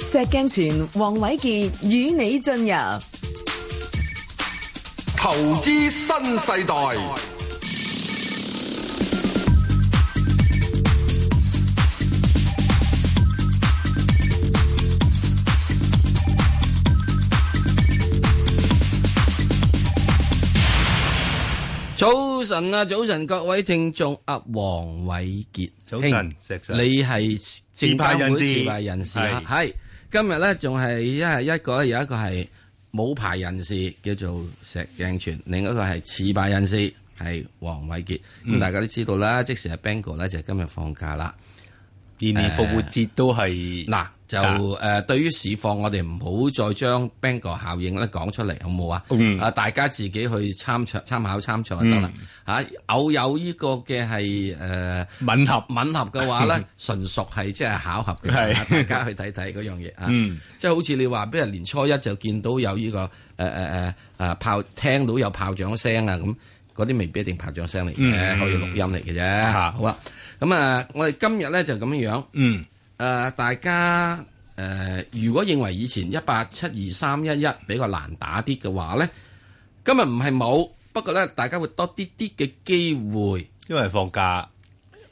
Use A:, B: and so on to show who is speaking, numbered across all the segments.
A: 石鏡泉、黃偉傑與你進入
B: 投資新世代。
C: 早晨啊，早晨各位聽眾啊，黃偉傑，
D: 早晨石 Sir
C: 你係證監會
D: 持
C: 持
D: 牌
C: 牌人
D: 人
C: 士
D: 士
C: 啊，係今日咧仲係一係一個有一個係冇牌人士叫做石鏡泉，另一個係持牌人士係黃偉傑。咁、
D: 嗯
C: 大家都知道啦，即時係 b a n g o 咧就係今日放假啦。
D: 年年復活節都係
C: 嗱就
D: 啊
C: 誒、呃，對於市況，我哋唔好再將 b a n g o 效應咧講出嚟，好冇啊？
D: 嗯
C: 啊，大家自己去參詳、參考、參詳就得啦。嚇、偶有呢個嘅係誒。呃
D: 吻合
C: 吻合嘅話 咧，純屬係即係巧合嘅，
D: 係
C: 大家去睇睇嗰樣嘢啊
D: 嗯。
C: 即係好似你話，俾人年初一就見到有呢個誒誒誒誒呃炮，聽到有炮仗聲啊咁，嗰啲未必一定炮仗聲嚟嘅，可以錄音嚟嘅啫。
D: 嗯嚇
C: 好啦，咁啊，我哋今日咧就咁樣樣。
D: 嗯
C: 誒，呃大家誒，如果認為以前一八七二三一一比較難打啲嘅話咧，今日唔係冇，不過咧大家會多啲啲嘅機會。
D: 因為放假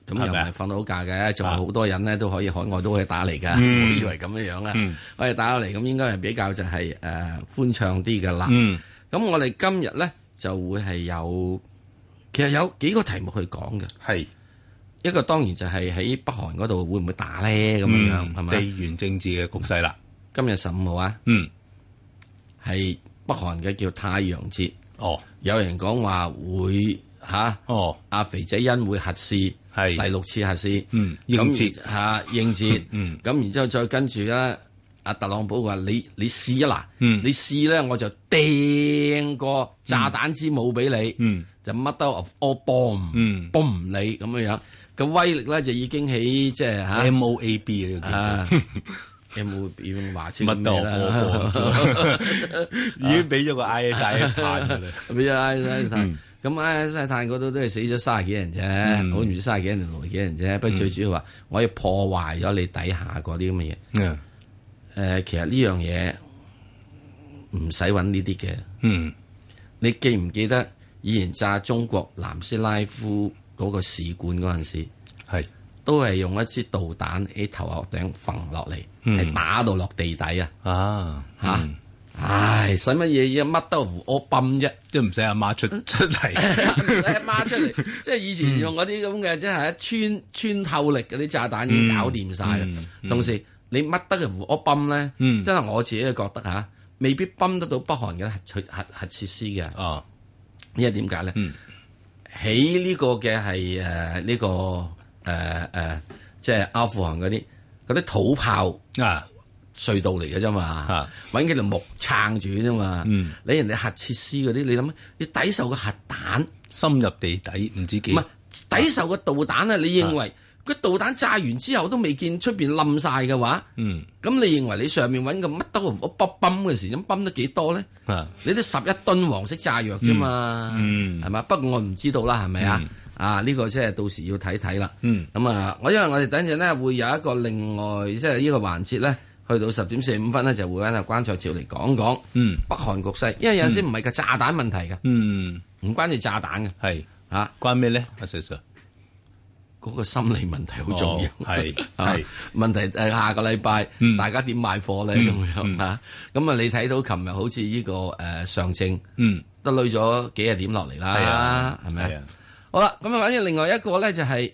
C: 咁又
D: 係
C: 唔
D: 咪啊
C: 係放到好假嘅，仲有
D: 啊
C: 好多人咧都可以海外都可以打嚟㗎，
D: 嗯
C: 唔好以為咁樣樣啦
D: 嗯。
C: 我哋打落嚟咁應該係比較就係誒寬暢啲㗎啦。
D: 嗯
C: 咁我哋今日咧就會係有，其實有幾個題目去講嘅。
D: 係
C: 一個當然就係喺北韓嗰度會唔會打咧咁樣樣
D: 嗯
C: 係
D: 地
C: 咪？啊
D: 緣政治嘅局勢啦，
C: 今日十五號啊，
D: 嗯
C: 係北韓嘅叫太陽節，
D: 哦
C: 有人講話會嚇
D: 哦
C: 阿肥仔欣會核試。第
D: 係
C: 六次核試，
D: 嗯
C: 咁
D: 應節
C: 然嚇應節，
D: 嗯
C: 咁然之後再跟住咧，阿特朗普話你你試啊嗱，
D: 嗯
C: 你試咧我就掟個炸彈之母俾你，
D: 嗯
C: 就乜都 of all bomb
D: 嗯
C: bomb 你咁樣樣，咁威力咧就已經喺即係嚇
D: M O A B 呢個叫
C: 啊，有冇要話清
D: 乜都
C: 咩啦？
D: 我 已經俾咗個 I S I
C: 呃
D: 彈㗎啦，
C: 俾阿埃塞炭，咁埃塞炭嗰度都係死咗卅幾人啫，好唔知卅幾人定六十幾人啫。不過最主要話，我要破壞咗你底下嗰啲咁嘅嘢。
D: 嗯
C: 誒，其實呢樣嘢唔使揾呢啲嘅。
D: 嗯
C: 你記唔記得以前炸中國南斯拉夫嗰個使館嗰陣時，
D: 係
C: 都係用一支導彈喺頭殼頂揈落嚟，係打到落地底啊！
D: 啊
C: 嚇，唉，使乜嘢嘢乜都胡屙泵啫？
D: 即係唔使阿 媽出出 嚟，
C: 哎唔使一孖出 嚟，即係以前用嗰啲咁嘅，即係一穿穿透力嗰啲炸彈已經
D: 嗯
C: 搞掂晒啦。同時你乜得嘅胡屋泵咧，
D: 嗯
C: 真係我自己覺得嚇，未必泵得到北韓嘅核設核核設施嘅。
D: 哦
C: 因為點解咧
D: 嗯？
C: 喺呢個嘅係誒呢個誒誒、呃即係阿富汗嗰啲嗰啲土炮。
D: 啊
C: 隧道嚟嘅啫嘛
D: 啊，
C: 揾幾條木撐住啫嘛。
D: 嗯
C: 你人哋核設施嗰啲，你諗你抵受個核彈，
D: 深入地底唔知幾
C: 唔係抵受個導彈啊！你認為個導彈炸完之後都未見出邊冧晒嘅話，
D: 嗯
C: 咁你認為你上面揾個乜都我泵嘅時，咁泵得幾多咧？
D: 啊
C: 你都十一噸黃色炸藥啫嘛，
D: 嗯嗯
C: 係嘛？不過我唔知道啦，係咪啊？啊，呢個即係到時要睇睇啦。
D: 嗯
C: 咁啊，我因為我哋等陣咧會有一個另外即係呢個環節咧，去到十點四五分咧就會揾阿關卓照嚟講講
D: 嗯
C: 北韓局勢，因為有陣時唔係個炸彈問題嘅，
D: 嗯
C: 唔關你炸彈嘅
D: 係
C: 嚇。啊
D: 關咩咧？阿 Sir Sir
C: 嗰個心理問題好重要
D: 哦，係
C: 啊
D: 係嗯
C: 問題就係下個禮拜大家點買貨咧咁樣嚇，咁啊你睇到琴日好似呢個誒上證
D: 嗯
C: 都累咗幾廿點落嚟
D: 係
C: 啦
D: 啊，
C: 係咪
D: 係
C: 啊
D: 啊？
C: 好啦，咁啊反正另外一個咧就係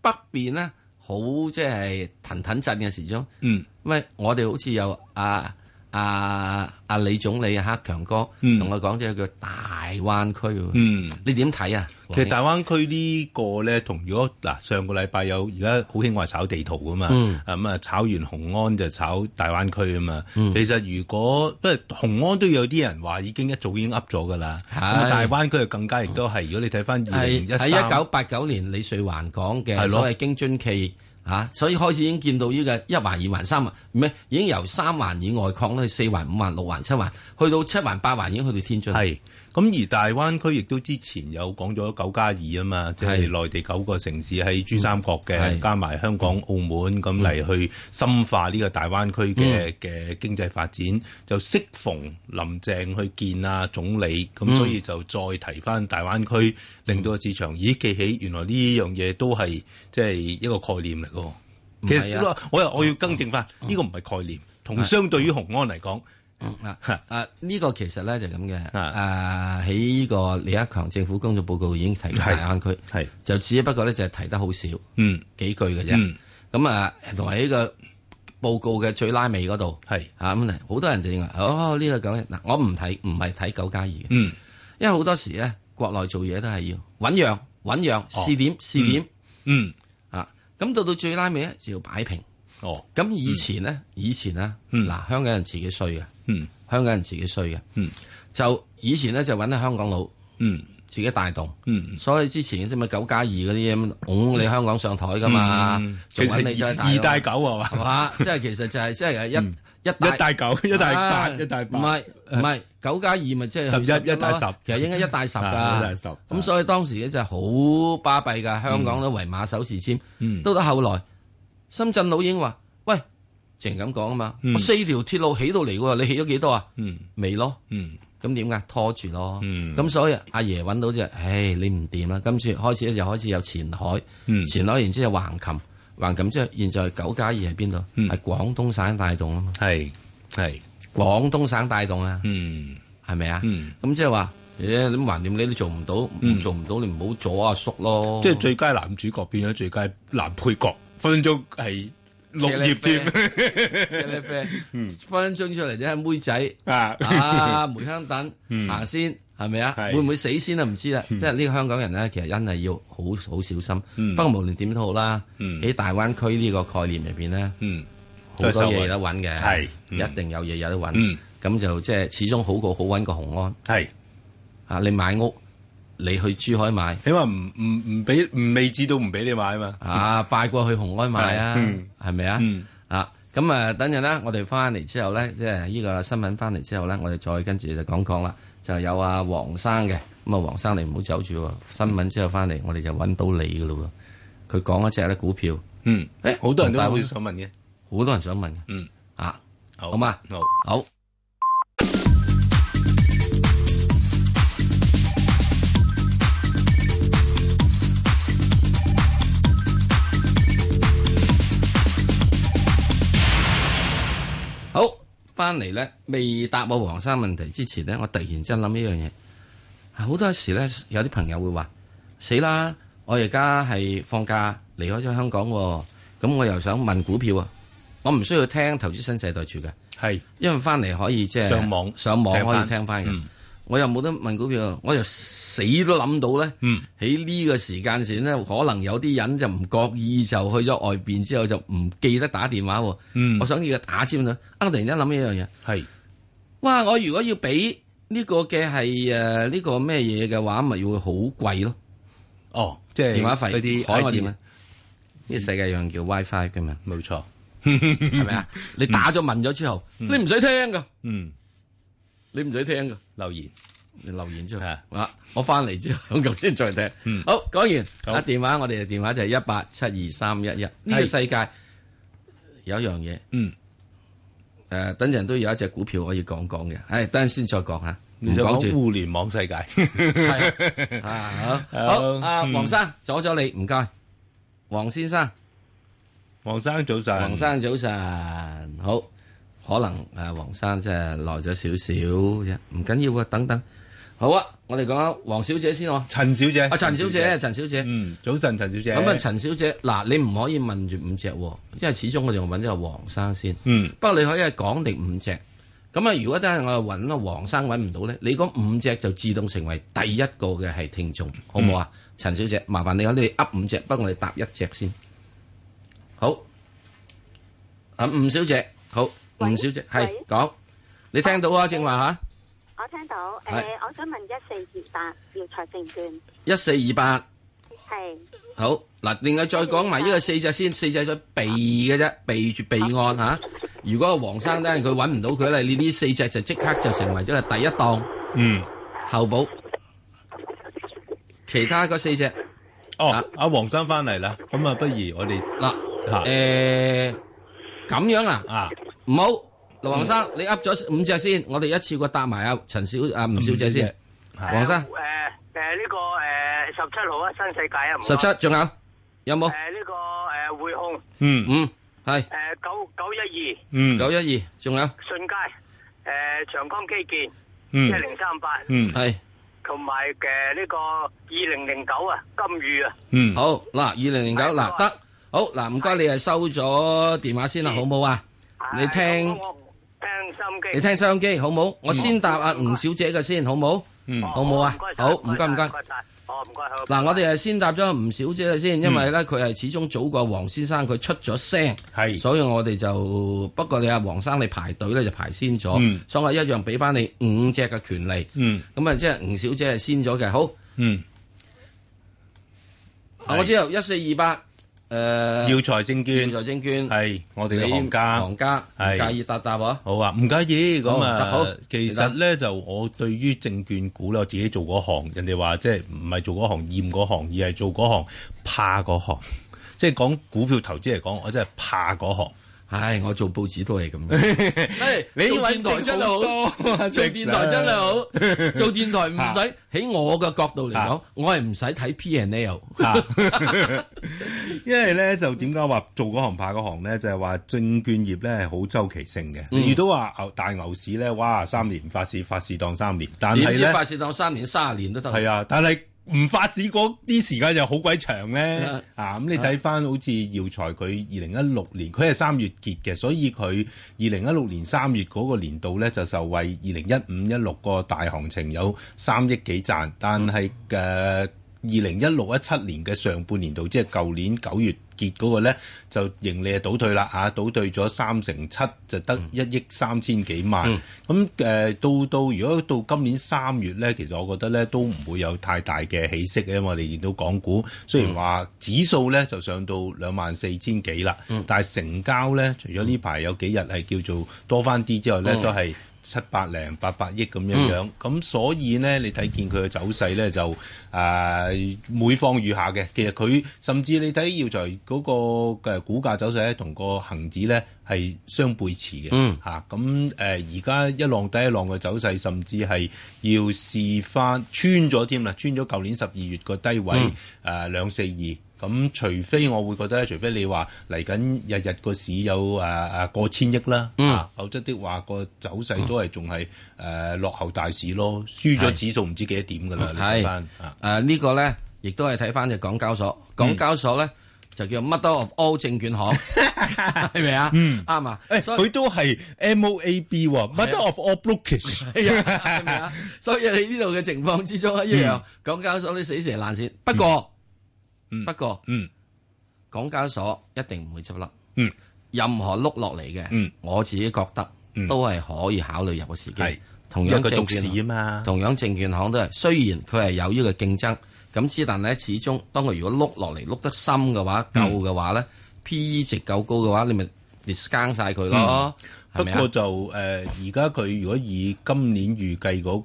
C: 北邊咧好即係騰騰震嘅時鐘，
D: 嗯
C: 喂我哋好似有啊。啊啊李總理啊，黑強哥
D: 嗯
C: 同我講咗叫大灣區喎，
D: 嗯。
C: 你點睇啊？
D: 其實大灣區呢個咧，同如果嗱上個禮拜有而家好興話炒地圖噶嘛，
C: 嗯
D: 咁啊、炒完雄安就炒大灣區啊嘛。
C: 嗯
D: 其實如果不過雄安都有啲人話已經一早已經噏咗噶啦，咁啊
C: 係
D: 大灣區就更加亦都係。如果你睇翻二零
C: 係
D: 一
C: 喺
D: 三
C: 一九八九年李瑞環講嘅
D: 係咯
C: 所謂京津冀啊，所以開始已經見到呢個一環、二環、三環，唔係已經由三環以外擴到去四環、五環、六環、七環，去到七環、八環已經去到天津。
D: 係咁而大灣區亦都之前有講咗九加二啊嘛，即係
C: 係
D: 內地九個城市喺珠三角嘅，
C: 係
D: 加埋香港、澳門咁嚟去深化呢個大灣區嘅嘅經濟發展，就適逢林鄭去見啊總理，咁所以就再提翻大灣區，令到個市場咦記起原來呢樣嘢都係即係一個概念嚟嘅喎。其
C: 唔係
D: 實我又我要更正翻，呢個唔係概念，同相對於雄安嚟講。
C: 啊啊！呢個其實咧就咁嘅，
D: 啊
C: 誒喺呢個李克強政府工作報告已經提過大灣區，
D: 係係
C: 就只不過咧就係提得好少
D: 嗯，
C: 幾句嘅啫
D: 嗯。
C: 咁啊，同埋呢個報告嘅最拉尾嗰度
D: 係
C: 啊咁嚟，好多人就認為哦呢個九嗱，我唔睇唔係睇九加二嘅，
D: 嗯，
C: 因為好多時咧國內做嘢都係要醖釀、醖釀、
D: 哦
C: 試點、試點
D: 嗯，
C: 啊，咁到到最拉尾咧就要擺平。
D: 哦，
C: 咁以前咧，以前咧，
D: 嗯
C: 嗱香港人自己衰嘅。
D: 嗯，
C: 香港人自己衰嘅。
D: 嗯，
C: 就以前咧就揾啲香港佬
D: 嗯，
C: 自己帶動，
D: 嗯，
C: 所以之前即咪九加二嗰啲咁拱你香港上台噶嘛
D: 嗯，
C: 仲揾你
D: 其實
C: 真係
D: 二二嗯帶
C: 帶
D: 九係
C: 係
D: 嘛？
C: 嘛？即係其實就係即啊係一一
D: 一帶九，一帶八，
C: 啊
D: 一帶八，
C: 唔係唔係九加二咪即係
D: 十一
C: 去咯
D: 一帶十
C: 其實應該一帶十
D: 啊一帶
C: 㗎。
D: 十
C: 咁所以當時咧就係好巴閉㗎，香港都圍馬首是瞻。
D: 嗯
C: 到到後來，深圳佬已經話：喂，淨係咁講啊嘛，
D: 嗯
C: 我四條鐵路起到嚟喎，你起咗幾多啊？
D: 嗯
C: 未咯。
D: 嗯
C: 咁點㗎？拖住咯。
D: 嗯
C: 咁所以阿爺揾到就，唉，你唔掂啦。今次開始咧就開始有前海，
D: 嗯
C: 前海然之後橫琴，橫琴之後現在九加二係邊度？
D: 嗯
C: 係廣東省帶動啊嘛，
D: 係係
C: 廣東省帶動啊，
D: 嗯
C: 係咪啊？
D: 嗯，
C: 咁即係話，誒，你橫掂你都做唔到，唔做唔到你唔好阻阿叔咯。
D: 即係最佳男主角變咗最佳男配角，分分鐘係綠葉添
C: 茄
D: 嗯
C: 喱啡分分鐘出嚟啫，妹 仔。
D: 啊！
C: 啊，梅香等行先，係咪啊？
D: 嗯係
C: 會唔會死先啊？唔知啦。即係呢個香港人咧，其實真係要好好小心。
D: 嗯
C: 不過無論點都好啦，
D: 嗯
C: 喺大灣區呢個概念入邊咧，
D: 嗯，
C: 好多嘢
D: 都係
C: 有
D: 收穫
C: 得揾嘅，
D: 係嗯
C: 一定有嘢有得揾
D: 嗯。
C: 咁就即係始終好過好揾過紅安
D: 係
C: 啊！你買屋，你去珠海買
D: 起碼唔唔唔俾唔未知都唔俾你買嘛。
C: 啊，快過去紅安買啊
D: 係 嗯，
C: 係咪啊
D: 嗯？
C: 啊！咁啊，等陣啦，我哋翻嚟之後咧，即係呢個新聞翻嚟之後咧，我哋再跟住就講講啦。就有阿黃生嘅，咁啊，黃生你唔好走住喎。新聞之後翻嚟，我哋就揾到你噶咯喎。佢講一隻咧股票，
D: 嗯，
C: 誒
D: 好多人都
C: 大
D: 好
C: 會
D: 想問嘅。
C: 好多人想問嘅。
D: 嗯
C: 啊，
D: 好
C: 好嘛
D: 好
C: 好。好，翻嚟咧，未答我黃生問題之前咧，我突然之間諗一樣嘢，啊好多時咧，有啲朋友會話：死啦！我而家係放假離開咗香港喎，咁我又想問股票啊，我唔需要聽投資新世代住嘅，
D: 係
C: 因為翻嚟可以即係
D: 上網
C: 上網可以聽
D: 聽
C: 翻
D: 返
C: 嘅。
D: 嗯
C: 我又冇得問股票，我又死都諗到咧。
D: 嗯
C: 喺呢個時間線咧，可能有啲人就唔覺意就去咗外邊之後就唔記得打電話喎。
D: 嗯
C: 我想要佢打尖啦。啊！我突然間諗起一樣嘢，
D: 係
C: 哇！我如果要俾呢個嘅係誒呢個咩嘢嘅話，咪要會好貴咯。
D: 哦，即係
C: 電話
D: 嗰
C: 費，
D: 啲
C: 海外
D: ID
C: 電話。呢個世界有樣叫 WiFi 嘅 嘛，
D: 冇錯。
C: 係咪啊？你打咗問咗之後，你唔使聽噶，
D: 嗯，
C: 你唔使聽噶。
D: 留言
C: 你留言之後，
D: 啊嗯
C: 啊，我翻嚟之後咁先再聽。好，講
D: 好
C: 完啊，電話我哋嘅電話就係一八七二三一一。呢個
D: 係
C: 世界有一樣嘢，
D: 嗯，
C: 誒，等陣都有一隻股票可以講講嘅。誒，等陣先再講嚇，唔
D: 你想
C: 講
D: 講
C: 住。
D: 互聯網世界。
C: 係 啊，好，好
D: 好
C: 啊，黃生阻咗你，唔該，黃先生。
D: 黃生早晨，
C: 黃生早晨，好，可能誒黃生即係耐咗少少啫，唔緊要啊，等等，好啊，我哋講下黃小姐先喎，
D: 陳小姐，
C: 啊陳小姐，，陳小姐，
D: 嗯，早晨陳小姐，
C: 咁啊陳小姐，嗱你唔可以問住五隻喎，因為始終我哋揾咗個黃生先，
D: 嗯
C: 不過你可以係講定五隻，咁啊如果真係我揾個黃生揾唔到咧，你嗰五隻就自動成為第一個嘅係聽眾，好唔好啊？陳小姐，麻煩你可你噏五隻，不過我哋答一隻先，好。啊，吳小姐，好，
E: 喂
C: 吳小姐
E: 喂
C: 係講，你聽到啊？正話
E: 我聽到，誒、
C: 係
E: 我想問一四二八耀才證券
C: 吓，一四二八，
E: 係
C: 好嗱，另外再講埋呢個四隻先，四隻咗避嘅啫，避住備案吓。如果黃生咧佢揾唔到佢咧，你呢四隻就即刻就成為咗個第一檔，
D: 嗯
C: 後補，其他嗰四隻
D: 哦，阿黃生翻嚟啦，咁啊，不如我哋
C: 嗱，
D: 嚇
C: 誒咁樣啊，
D: 啊，
C: 唔好，劉黃生，你噏咗五隻先，我哋一次過答埋阿陳小啊吳小姐先，黃生
F: 誒呃誒呢個誒十七號啊，新世界啊，唔好啊
C: 十七仲有有冇？
F: 誒呢個誒匯控
D: 嗯
C: 嗯，係
F: 誒九九一
D: 嗯
C: 九一二，仲有
F: 二信佳誒長江基建
D: 嗯
F: 一零三八，
D: 嗯
C: 係。
F: 同埋嘅呢個二零零九啊金魚啊，
D: 嗯，
C: 好嗱，二零零九
F: 係
C: 嗱
F: 好啊
C: 得，好嗱，唔該你係收咗電話先啦，好唔好啊？你聽
F: 誒咁我聽心機，
C: 你聽收音機好唔好？我先答阿吳小姐嘅先，好唔好？
D: 嗯
C: 好唔好啊
F: 哦該？晒
C: 好，唔該唔
F: 晒
C: 該。
F: 該晒哦唔該好。
C: 嗱，我哋係先答咗吳小姐嘅先，
D: 嗯
C: 因為咧佢係始終早過黃先生，佢出咗聲，
D: 係
C: 所以我哋就不過你阿黃生你排隊咧就排先咗
D: 嗯，
C: 所以我一樣俾翻你五隻嘅權利。
D: 嗯
C: 咁啊，即係吳小姐係先咗嘅，好。
D: 嗯，
C: 啊我知道一四二八，
D: 耀
C: 誒，
D: 才證券
C: 耀才證券
D: 係我哋嘅
C: 你
D: 行家。
C: 行家唔
D: 係
C: 介意答答啊？
D: 好啊，唔介意咁
C: 好得好
D: 啊。其實咧就我對於證券股咧，我自己做嗰行，人哋話即係唔係做嗰行厭嗰行，而係做嗰行怕嗰行。即係講股票投資嚟講，我真係怕嗰行。
C: 唉，我做報紙都係咁嘅。 唉
D: 哎你
C: 做
D: 揾
C: 電台真係好，
D: 啊
C: 做電台真係 好，做電台唔使喺我嘅角度嚟講
D: 啊，
C: 我係唔使睇 P and L。
D: 啊 因為咧就點解話做嗰行怕嗰行咧，就係、話證券業咧係好周期性
C: 嗯
D: 嘅。你遇到話牛大牛市咧，哇三年發市，發市當三年，但係
C: 點知
D: 咧
C: 發泄當三年、三十年都得。
D: 係啊，但係唔發市嗰啲時間又好鬼長咧
C: 啊。
D: 啊，咁你睇翻好似耀才佢二零一六年，佢係三月結嘅，所以佢二零一六年三月嗰個年度咧就受惠二零一五一六個大行情有三億幾賺，但係誒二零一六一七年嘅上半年度，即係舊年九月。結嗰個咧就盈利係倒退啦嚇，倒退咗三成七，就得一億三千幾萬。咁誒、呃到到如果到今年三月咧，其實我覺得咧都唔會有太大嘅起色嘅，因為我哋見到港股雖然話指數咧就上到兩萬四千幾啦，但係成交咧除咗呢排有幾日係叫做多翻啲之外咧，都係。七百零八百億咁樣樣，咁、所以呢，你睇見佢嘅走勢呢，就誒、啊每況愈下嘅。其實佢甚至你睇耀才嗰個嘅股價走勢咧，同個恒指呢係相背馳嘅
C: 嗯
D: 嚇。咁誒而家一浪低一浪嘅走勢，甚至係要試翻穿咗添啦，穿咗舊年十二月個低位誒兩四二。咁除非我會覺得咧，除非你話嚟緊日日個市有誒誒、啊過千億啦，
C: 嗯
D: 啊否則的話個走勢都係仲係誒落後大市咯，輸咗
C: 係
D: 指數唔知幾多點㗎啦，你睇
C: 係
D: 翻啊，嗯
C: 誒呢個咧，亦都係睇翻只港交所。港交所咧就叫 Mother of All 證券 行，係咪啊？啱啊。
D: 嗯誒
C: 所以
D: 佢都係 MOAB 喎，Mother of all brokers，
C: 係啊，係咪啊？所以你呢度嘅情況之中一樣，港交所啲死蛇爛鱔。不過，不過，
D: 嗯嗯，
C: 港交所一定唔會執笠。
D: 嗯，
C: 任何碌落嚟
D: 嗯
C: 嘅，我自己覺得
D: 嗯
C: 都係可以考慮入個時
D: 係
C: 機。同
D: 因為
C: 樣
D: 佢
C: 證
D: 獨市
C: 券
D: 啊，嘛，
C: 同樣證券行都係，雖然佢係有呢個競爭，咁之但咧，始終當佢如果碌落嚟碌得深嘅話，
D: 嗯
C: 夠嘅話咧，P E 值夠高嘅話，你咪 discount 晒佢咯。係
D: 嗯不
C: 咪啊
D: 過就誒，而家佢如果以今年預計嗰、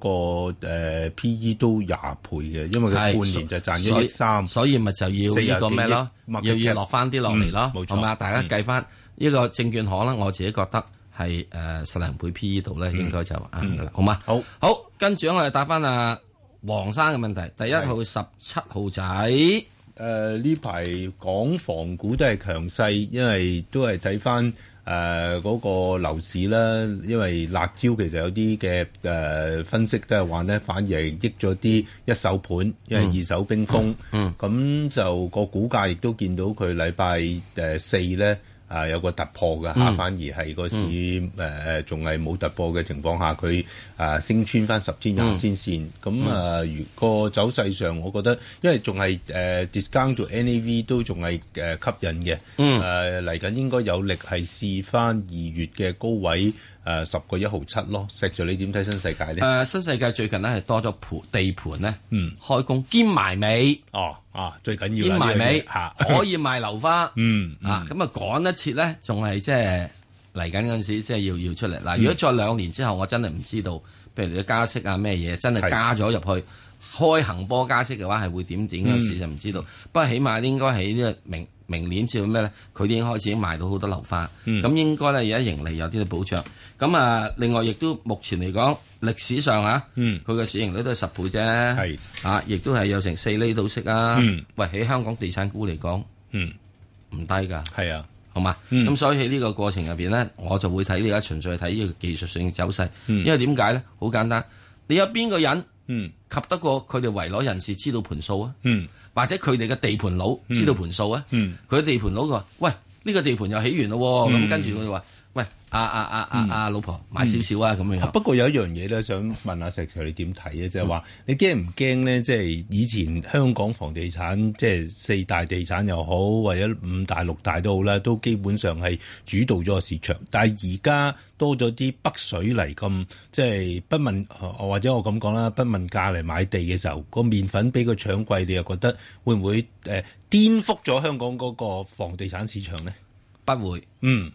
D: 個、呃、P/E 都廿倍嘅，因為佢
C: 係
D: 半年就賺
C: 所
D: 一
C: 以
D: 億三，
C: 所以咪就要呢個咩咯，
D: 40幾億
C: 又要落翻啲落嚟咯
D: 嗯，冇錯
C: 好嘛？大家計翻呢個證券行啦，我自己覺得係誒十零倍 P E 度咧，應該就啱噶啦，好嘛？
D: 嗯好，
C: 好，跟住我哋答翻阿黃生嘅問題，第一號十七號仔。
D: 誒呃呢排港房股都係強勢，因為都係睇翻誒嗰個樓市啦。因為辣椒其實有啲嘅誒分析都係話咧，反而係益咗啲一手盤，因為二手冰封。嗯，咁、就個股價亦都見到佢禮拜誒四咧。啊，有個突破㗎
C: 嗯
D: 嚇，反而係個市誒誒仲係冇突破嘅情況下，佢啊升穿翻十
C: 嗯
D: 天廿天線，咁啊如個走勢上，我覺得因為仲係誒 discount to NAV 都仲係誒吸引嘅，
C: 嗯
D: 誒嚟緊應該有力係試翻二月嘅高位誒十個一毫七咯，石 Sir 你點睇新世界
C: 誒、
D: 咧？
C: 呃新世界最近咧係多咗盤地盤咧，
D: 嗯
C: 開工兼埋尾，
D: 哦啊，最緊
C: 兼
D: 要啦
C: 埋
D: 呢樣嘢
C: 尾
D: 嚇，
C: 可以賣樓花。
D: 嗯嗯
C: 啊，咁啊趕得切咧，
D: 嗯
C: 仲係即係嚟緊嗰陣時，即係要要出嚟嗱。如果再兩年之後，我真係唔知道譬如你加息啊咩嘢，真係
D: 係
C: 加咗入去。開行波加息嘅話係會點點嗰陣時就唔知道，
D: 嗯
C: 不過起碼應該喺呢個明明年至到咩咧，佢已經開始賣到好多樓花，咁、
D: 嗯
C: 應該咧而家盈利有啲嘅保障。咁啊，另外亦都目前嚟講歷史上啊，
D: 嗯
C: 佢嘅市盈率都係十倍啫，啊，亦都係有成四厘到息啊。
D: 嗯
C: 喂，喺香港地產股嚟講
D: 嗯，
C: 唔低㗎。
D: 係啊，
C: 好嘛？咁、
D: 嗯
C: 所以喺呢個過程入邊咧，我就會睇你而家純粹睇呢個技術性走勢，因為點解咧？好簡單，你有邊個人
D: 嗯
C: 及得過佢哋圍內人士知道盤數啊？
D: 嗯
C: 或者佢哋嘅地盤佬知道盤數啊？佢、
D: 嗯
C: 地盤佬佢話：喂，呢、個地盤又起完咯喎，咁、跟住佢就話：喂，啊啊啊啊
D: 嗯
C: 啊，老婆買少少啊，咁樣
D: 啊不過有一樣嘢咧，想問下石 Sir 你點睇咧？就係話你驚唔驚咧？即係以前香港房地產，即係四大地產又好，或者五大六大都好啦，都基本上係主導咗個市場。但係而家多咗啲北水嚟咁，即係不問或者我咁講啦，不問價嚟買地嘅時候，個麵粉俾佢搶貴，你又覺得會唔會誒、呃、顛覆咗香港嗰個房地產市場咧？
C: 不會，
D: 嗯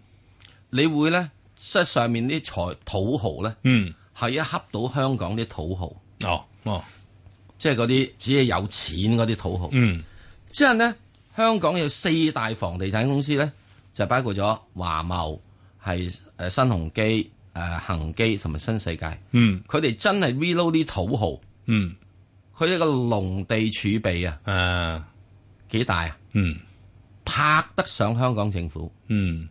C: 你會咧，即係上面啲財土豪咧，
D: 嗯，
C: 係一恰到香港啲土豪，
D: 哦哦，
C: 即係嗰啲只係有錢嗰啲土豪。
D: 嗯
C: 之後呢，香港有四大房地產公司呢，就包括咗華懋、係誒新鴻基、誒恒基同埋新世界。
D: 嗯
C: 佢哋真係 reload 啲土豪，
D: 嗯，
C: 佢哋個農地儲備啊
D: 誒、
C: 幾大啊，
D: 嗯。
C: 拍得上香港政府。
D: 嗯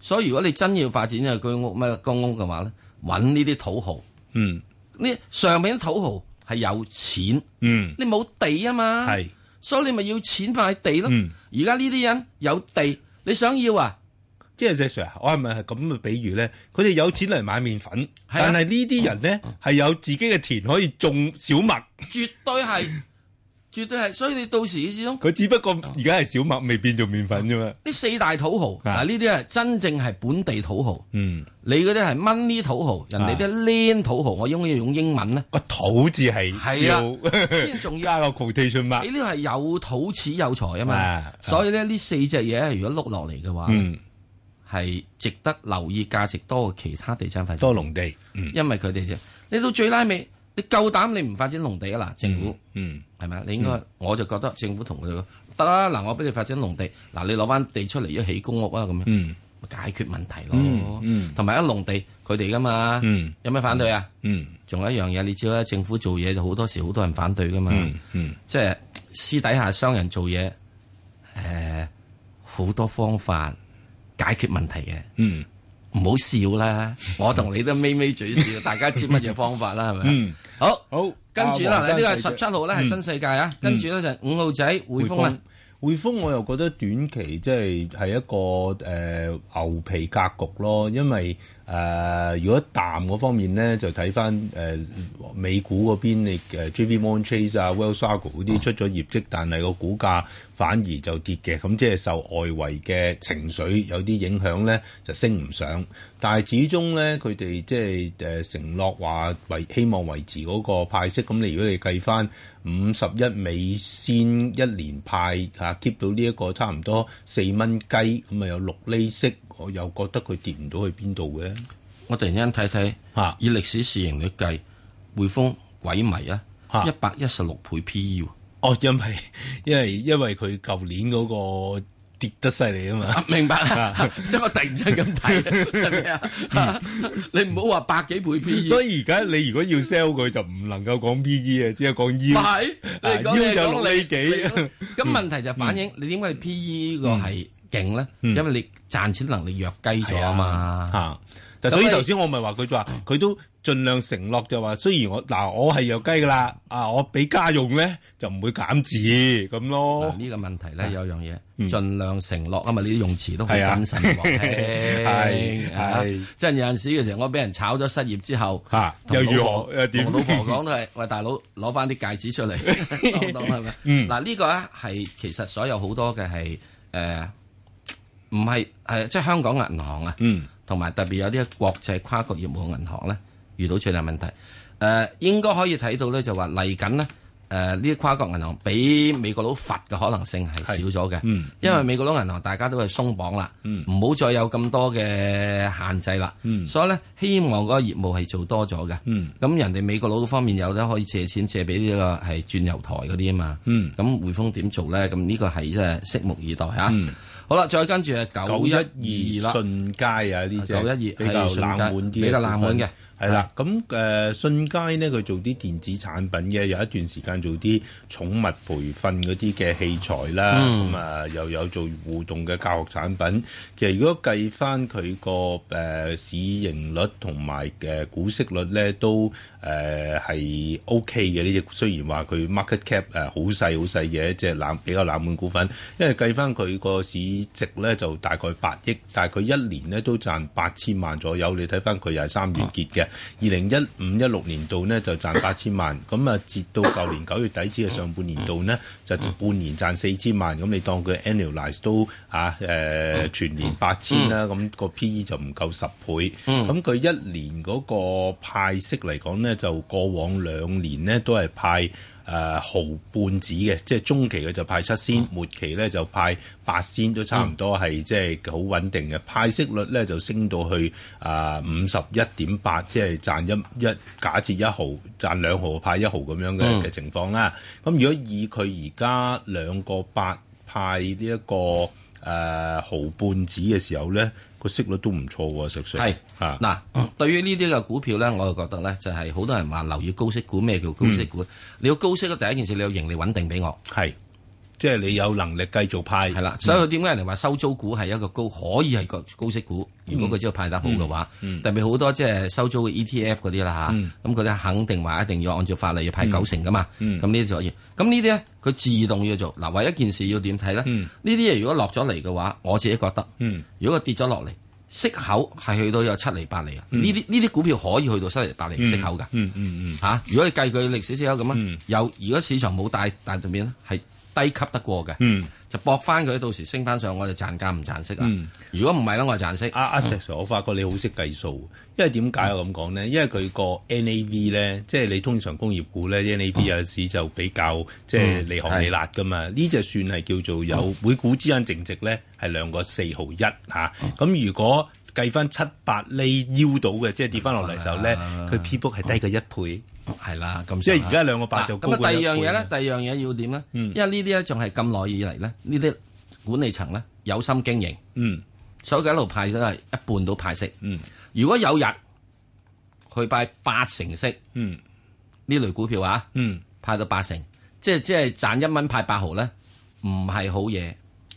C: 所以如果你真要發展嘅居屋咩公屋嘅話呢，揾呢啲土豪，
D: 嗯
C: 呢上面啲土豪係有錢，
D: 嗯，
C: 你冇地啊嘛。
D: 係
C: 所以你咪要錢買地咯。
D: 嗯
C: 而家呢啲人有地，你想要啊？
D: 即係石 Sir，我啊係咪係咁嘅比喻咧？佢哋有錢嚟買麵粉，
C: 係啊哦
D: 但係呢啲人咧係有自己嘅田可以種小麥，
C: 絕對 係，絕對係。所以你到時始終
D: 佢只不過
C: 哦
D: 而家係小麥未變做麵粉啫嘛。
C: 呢四大土豪
D: 啊
C: 嗱，呢啲係真正係本地土豪，
D: 嗯，
C: 你嗰啲係 money 土豪，人
D: 啊
C: 哋啲 land 土豪，我應該要用英文咧，
D: 個土字係
C: 係啊
D: 要
C: 先重要。
D: 加個 quotation
C: 你
D: mark。
C: 呢個係有土始有財啊嘛
D: 啊，
C: 所以咧呢四隻嘢如果碌落嚟嘅話，
D: 嗯，
C: 係值得留意價值多過其他地產發展，
D: 多農地。嗯
C: 因為佢哋啫。你到最拉尾，你夠膽你唔發展農地啊嗱，政府。
D: 嗯
C: 係咪啊？你應該，我就覺得政府同佢哋講得啦。嗱，我俾你發展農地，嗱，你攞翻地出嚟一起公屋啊，咁樣
D: 嗯
C: 咪解決問題
D: 嗯
C: 咯。
D: 嗯
C: 同埋一農地佢哋噶嘛，
D: 嗯
C: 有咩反對啊？
D: 嗯
C: 仲有一樣嘢，你知啦，政府做嘢就好多時好多人反對噶嘛，
D: 嗯嗯
C: 即係私底下商人做嘢，誒、好多方法解決問題嘅。
D: 嗯
C: 唔好笑 啦，我同你都咪咪嘴笑，大家知乜嘢方法啦，係咪啊？
D: 嗯
C: 好，
D: 好
C: 跟住啦，
D: 啊黃
C: 嗱呢個
D: 生
C: 十七號咧係
D: 嗯
C: 新世界啊，跟住咧就係五號仔匯豐啊啦，
D: 匯豐我又覺得短期即係係一個誒、呃牛皮格局咯，因為誒、呃如果淡嗰方面咧，就睇翻誒美股嗰邊你誒 JP Morgan Chase 啊、Wells Fargo 嗰啲出咗業績，但係個股價反而就跌嘅，咁即係受外圍嘅情緒有啲影響咧，就升唔上。但係始終咧，佢哋即係誒承諾話維希望維持嗰個派息，咁你如果你計翻五十一美先一年派嚇、啊 keep 到呢一個差唔多四蚊雞，咁啊有六厘息，我又覺得佢跌唔到去邊度嘅
C: 我突然間睇睇，
D: 嚇
C: 以歷史市盈率計，匯豐鬼迷啊，
D: 嚇
C: 一百一十六倍 P E
D: 哦，因為 因為因為佢舊年嗰個跌得犀利啊 嘛，
C: 啊，明白啦， 即係我突然之間咁睇，係咪啊？你唔好話百幾倍 P E，
D: 所以而家你如果要 sell 佢就唔能夠講 P E 啊，只係講
C: 唔
D: U。
C: 係你講
D: 腰
C: 你
D: 就
C: 講
D: 六
C: 啊你嗯
D: 厘幾
C: 你講咁問題就反映你點解 P E 個係勁咧？因為你賺錢能力弱雞咗嗯啊嘛。
D: 嚇！但
C: 咁
D: 所以
C: 你
D: 頭先我咪話佢就話佢都盡量承諾就話，雖然我嗱我係弱雞噶啦，啊我俾家用咧就唔會減持咁咯
C: 嗱。呢個問題咧有樣嘢，
D: 嗯
C: 盡量承諾啊嘛，你啲用詞都好
D: 係啊
C: 謹慎喎， 聽
D: 係
C: 啊
D: 係
C: 即係有陣時嘅時候，我俾人炒咗失業之後，
D: 嚇
C: 同
D: 又如
C: 老婆
D: 何又點
C: 同老婆講都係，喂大佬攞翻啲戒指出 嚟，當當係咪？
D: 嗯
C: 嗱呢個咧係其實所有好多嘅係誒，唔係係即係香港銀行啊，
D: 嗯
C: 同埋特別有啲國際跨呃國業務銀行咧遇到最大問題。誒、應該可以睇到咧，就話嚟緊呢，呃誒呢啲跨國銀行俾美國佬罰嘅可能性係
D: 係
C: 少咗嘅，
D: 嗯
C: 因為美國佬銀行大家都係鬆綁啦，
D: 嗯
C: 唔好再有咁多嘅限制啦，
D: 嗯
C: 所以咧希望嗰個業務係做多咗嘅，咁、
D: 嗯
C: 人哋美國佬方面有得可以借錢借俾呢個係轉油台嗰啲啊嘛，
D: 嗯
C: 咁匯豐點做咧？咁呢個係即係拭目以待嚇。
D: 嗯
C: 好啦，再跟住係
D: 九
C: 九一
D: 一
C: 二啦
D: 二。信街啊，呢只
C: 912
D: 比較
C: 係
D: 冷門
C: 比
D: 啲嘅股份，啊
C: 較冷門嘅
D: 係啦。咁誒、信街呢，佢做啲電子產品嘅，有一段時間做啲寵物培訓嗰啲嘅器材啦，
C: 嗯
D: 咁啊、又有做互動嘅教學產品。其實如果計翻佢個誒市盈率同埋嘅股息率咧，都誒呃係 O K 嘅呢只。雖然話佢 market cap 誒好細好細嘅一隻冷比較冷門股份，因為計翻佢個市值咧就大概八億，但係佢一年咧都賺八千萬左右。你睇翻佢又係三月結嘅，二零一五一六年度呢就賺八千萬，咁啊截到舊年九月底止嘅上半年度呢，就半年賺四千萬，咁你當佢 annualize 都啊誒、呃全年八千啦，咁、個 P/E 就唔夠十倍，咁佢、一年嗰個派息嚟講呢，就過往兩年呢都係派。誒、毫半子嘅，即係中期嘅就派七仙，末期咧就派八仙，都差唔多係即係好穩定嘅。派息率咧就升到去啊五十一點八，即係賺一一假設一毫賺兩毫派一毫咁樣嘅嘅情況啦。咁、如果以佢而家兩個八派呢、一個誒、毫半子嘅時候咧，個息率都唔錯喎，石 Sir
C: 係
D: 啊，
C: 嗱，對於呢啲嘅股票咧，我就覺得咧，就係好多人話留意高息股，咩叫高息股？你要高息嘅第一件事，你要盈利穩定俾我，
D: 係即係你有能力繼續派
C: 係啦。所以點解人哋話收租股係一個高，可以係個高息股，如果佢真係派得好嘅話，
D: 嗯
C: 特別好多即係收租嘅 ETF 嗰啲啦吓，咁佢哋肯定話一定要按照法例要派九成噶嘛，咁
D: 嗯
C: 呢啲就可以。咁呢啲咧，佢自動要做。嗱，唯一一件事要點睇咧？呢
D: 嗯
C: 啲嘢如果落咗嚟嘅話，我自己覺得。
D: 嗯。
C: 如果佢跌咗落嚟，息口係去到有七厘八厘啊！呢啲呢啲股票可以去到七厘八厘息口噶
D: 嗯嗯嗯，
C: 嚇。啊如果你計佢歷史息口咁啊
D: 嗯，
C: 有如果市場冇大大變咧，係低吸得過嘅，
D: 嗯
C: 就搏翻佢到時升翻上，我就賺價唔賺息啊
D: 嗯！啊
C: 如果唔係咧，我就賺息。
D: 阿阿石 Sir，我發覺你好識計數，因為點解我咁講呢？因為佢個 NAV 咧，即係你通常工業股咧，NAV 有時就比較即係
C: 哦嗯哦
D: 你行你辣噶嘛。呢只算係叫做有每股之間淨值咧係兩個四毫一嚇。咁、
C: 哦
D: 如果計翻七八厘腰到嘅，即係跌翻落嚟嘅時候咧，
C: 啊
D: 佢 P book 係低過一倍。
C: 係啦，咁
D: 即
C: 上
D: 係
C: 下
D: 而家兩個八就
C: 哦嗱
D: 高
C: 咁
D: 過
C: 啊，第
D: 一
C: 二樣嘢咧，第
D: 倍
C: 二樣嘢要點咧？
D: 嗯
C: 因為呢啲咧仲係咁耐以嚟咧，呢啲管理層咧有心經營，
D: 嗯
C: 所以佢一路派都係一半到派息。
D: 嗯
C: 如果有日佢派八成息
D: 嗯
C: 呢類股票啊，
D: 嗯，
C: 派到八成，即係即係賺一蚊派八毫咧，唔係好嘢，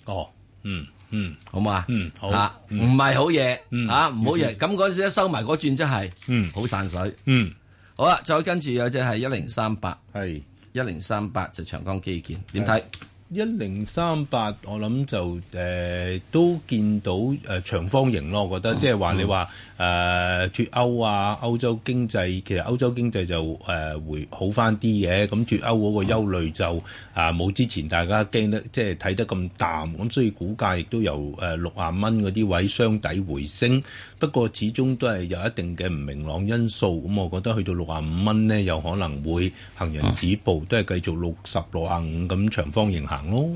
D: 哦，嗯嗯
C: 好唔好啊？
D: 嗯好
C: 啊，唔係好嘢
D: 嗯
C: 啊，唔好嘢。咁嗰陣時一收埋嗰轉真係，
D: 嗯
C: 好散水。
D: 嗯，
C: 好啦，再跟住有隻係一零三八，
D: 係。
C: 一零三八就長江基建，點睇？
D: 一零三八，我諗就誒、呃都見到誒、呃、長方形咯，我覺得即係話你話誒脱歐啊，歐洲經濟其實歐洲經濟就誒、呃、回好翻啲嘅，咁脱歐嗰個憂慮就啊冇、之前大家驚得即係睇得咁淡，咁所以股價亦都由誒六啊蚊嗰啲位雙底回升，不過始終都係有一定嘅唔明朗因素，咁我覺得去到六啊五蚊呢，有可能會行人止步，
C: 嗯
D: 都係繼續六十六啊五咁長方形行咯。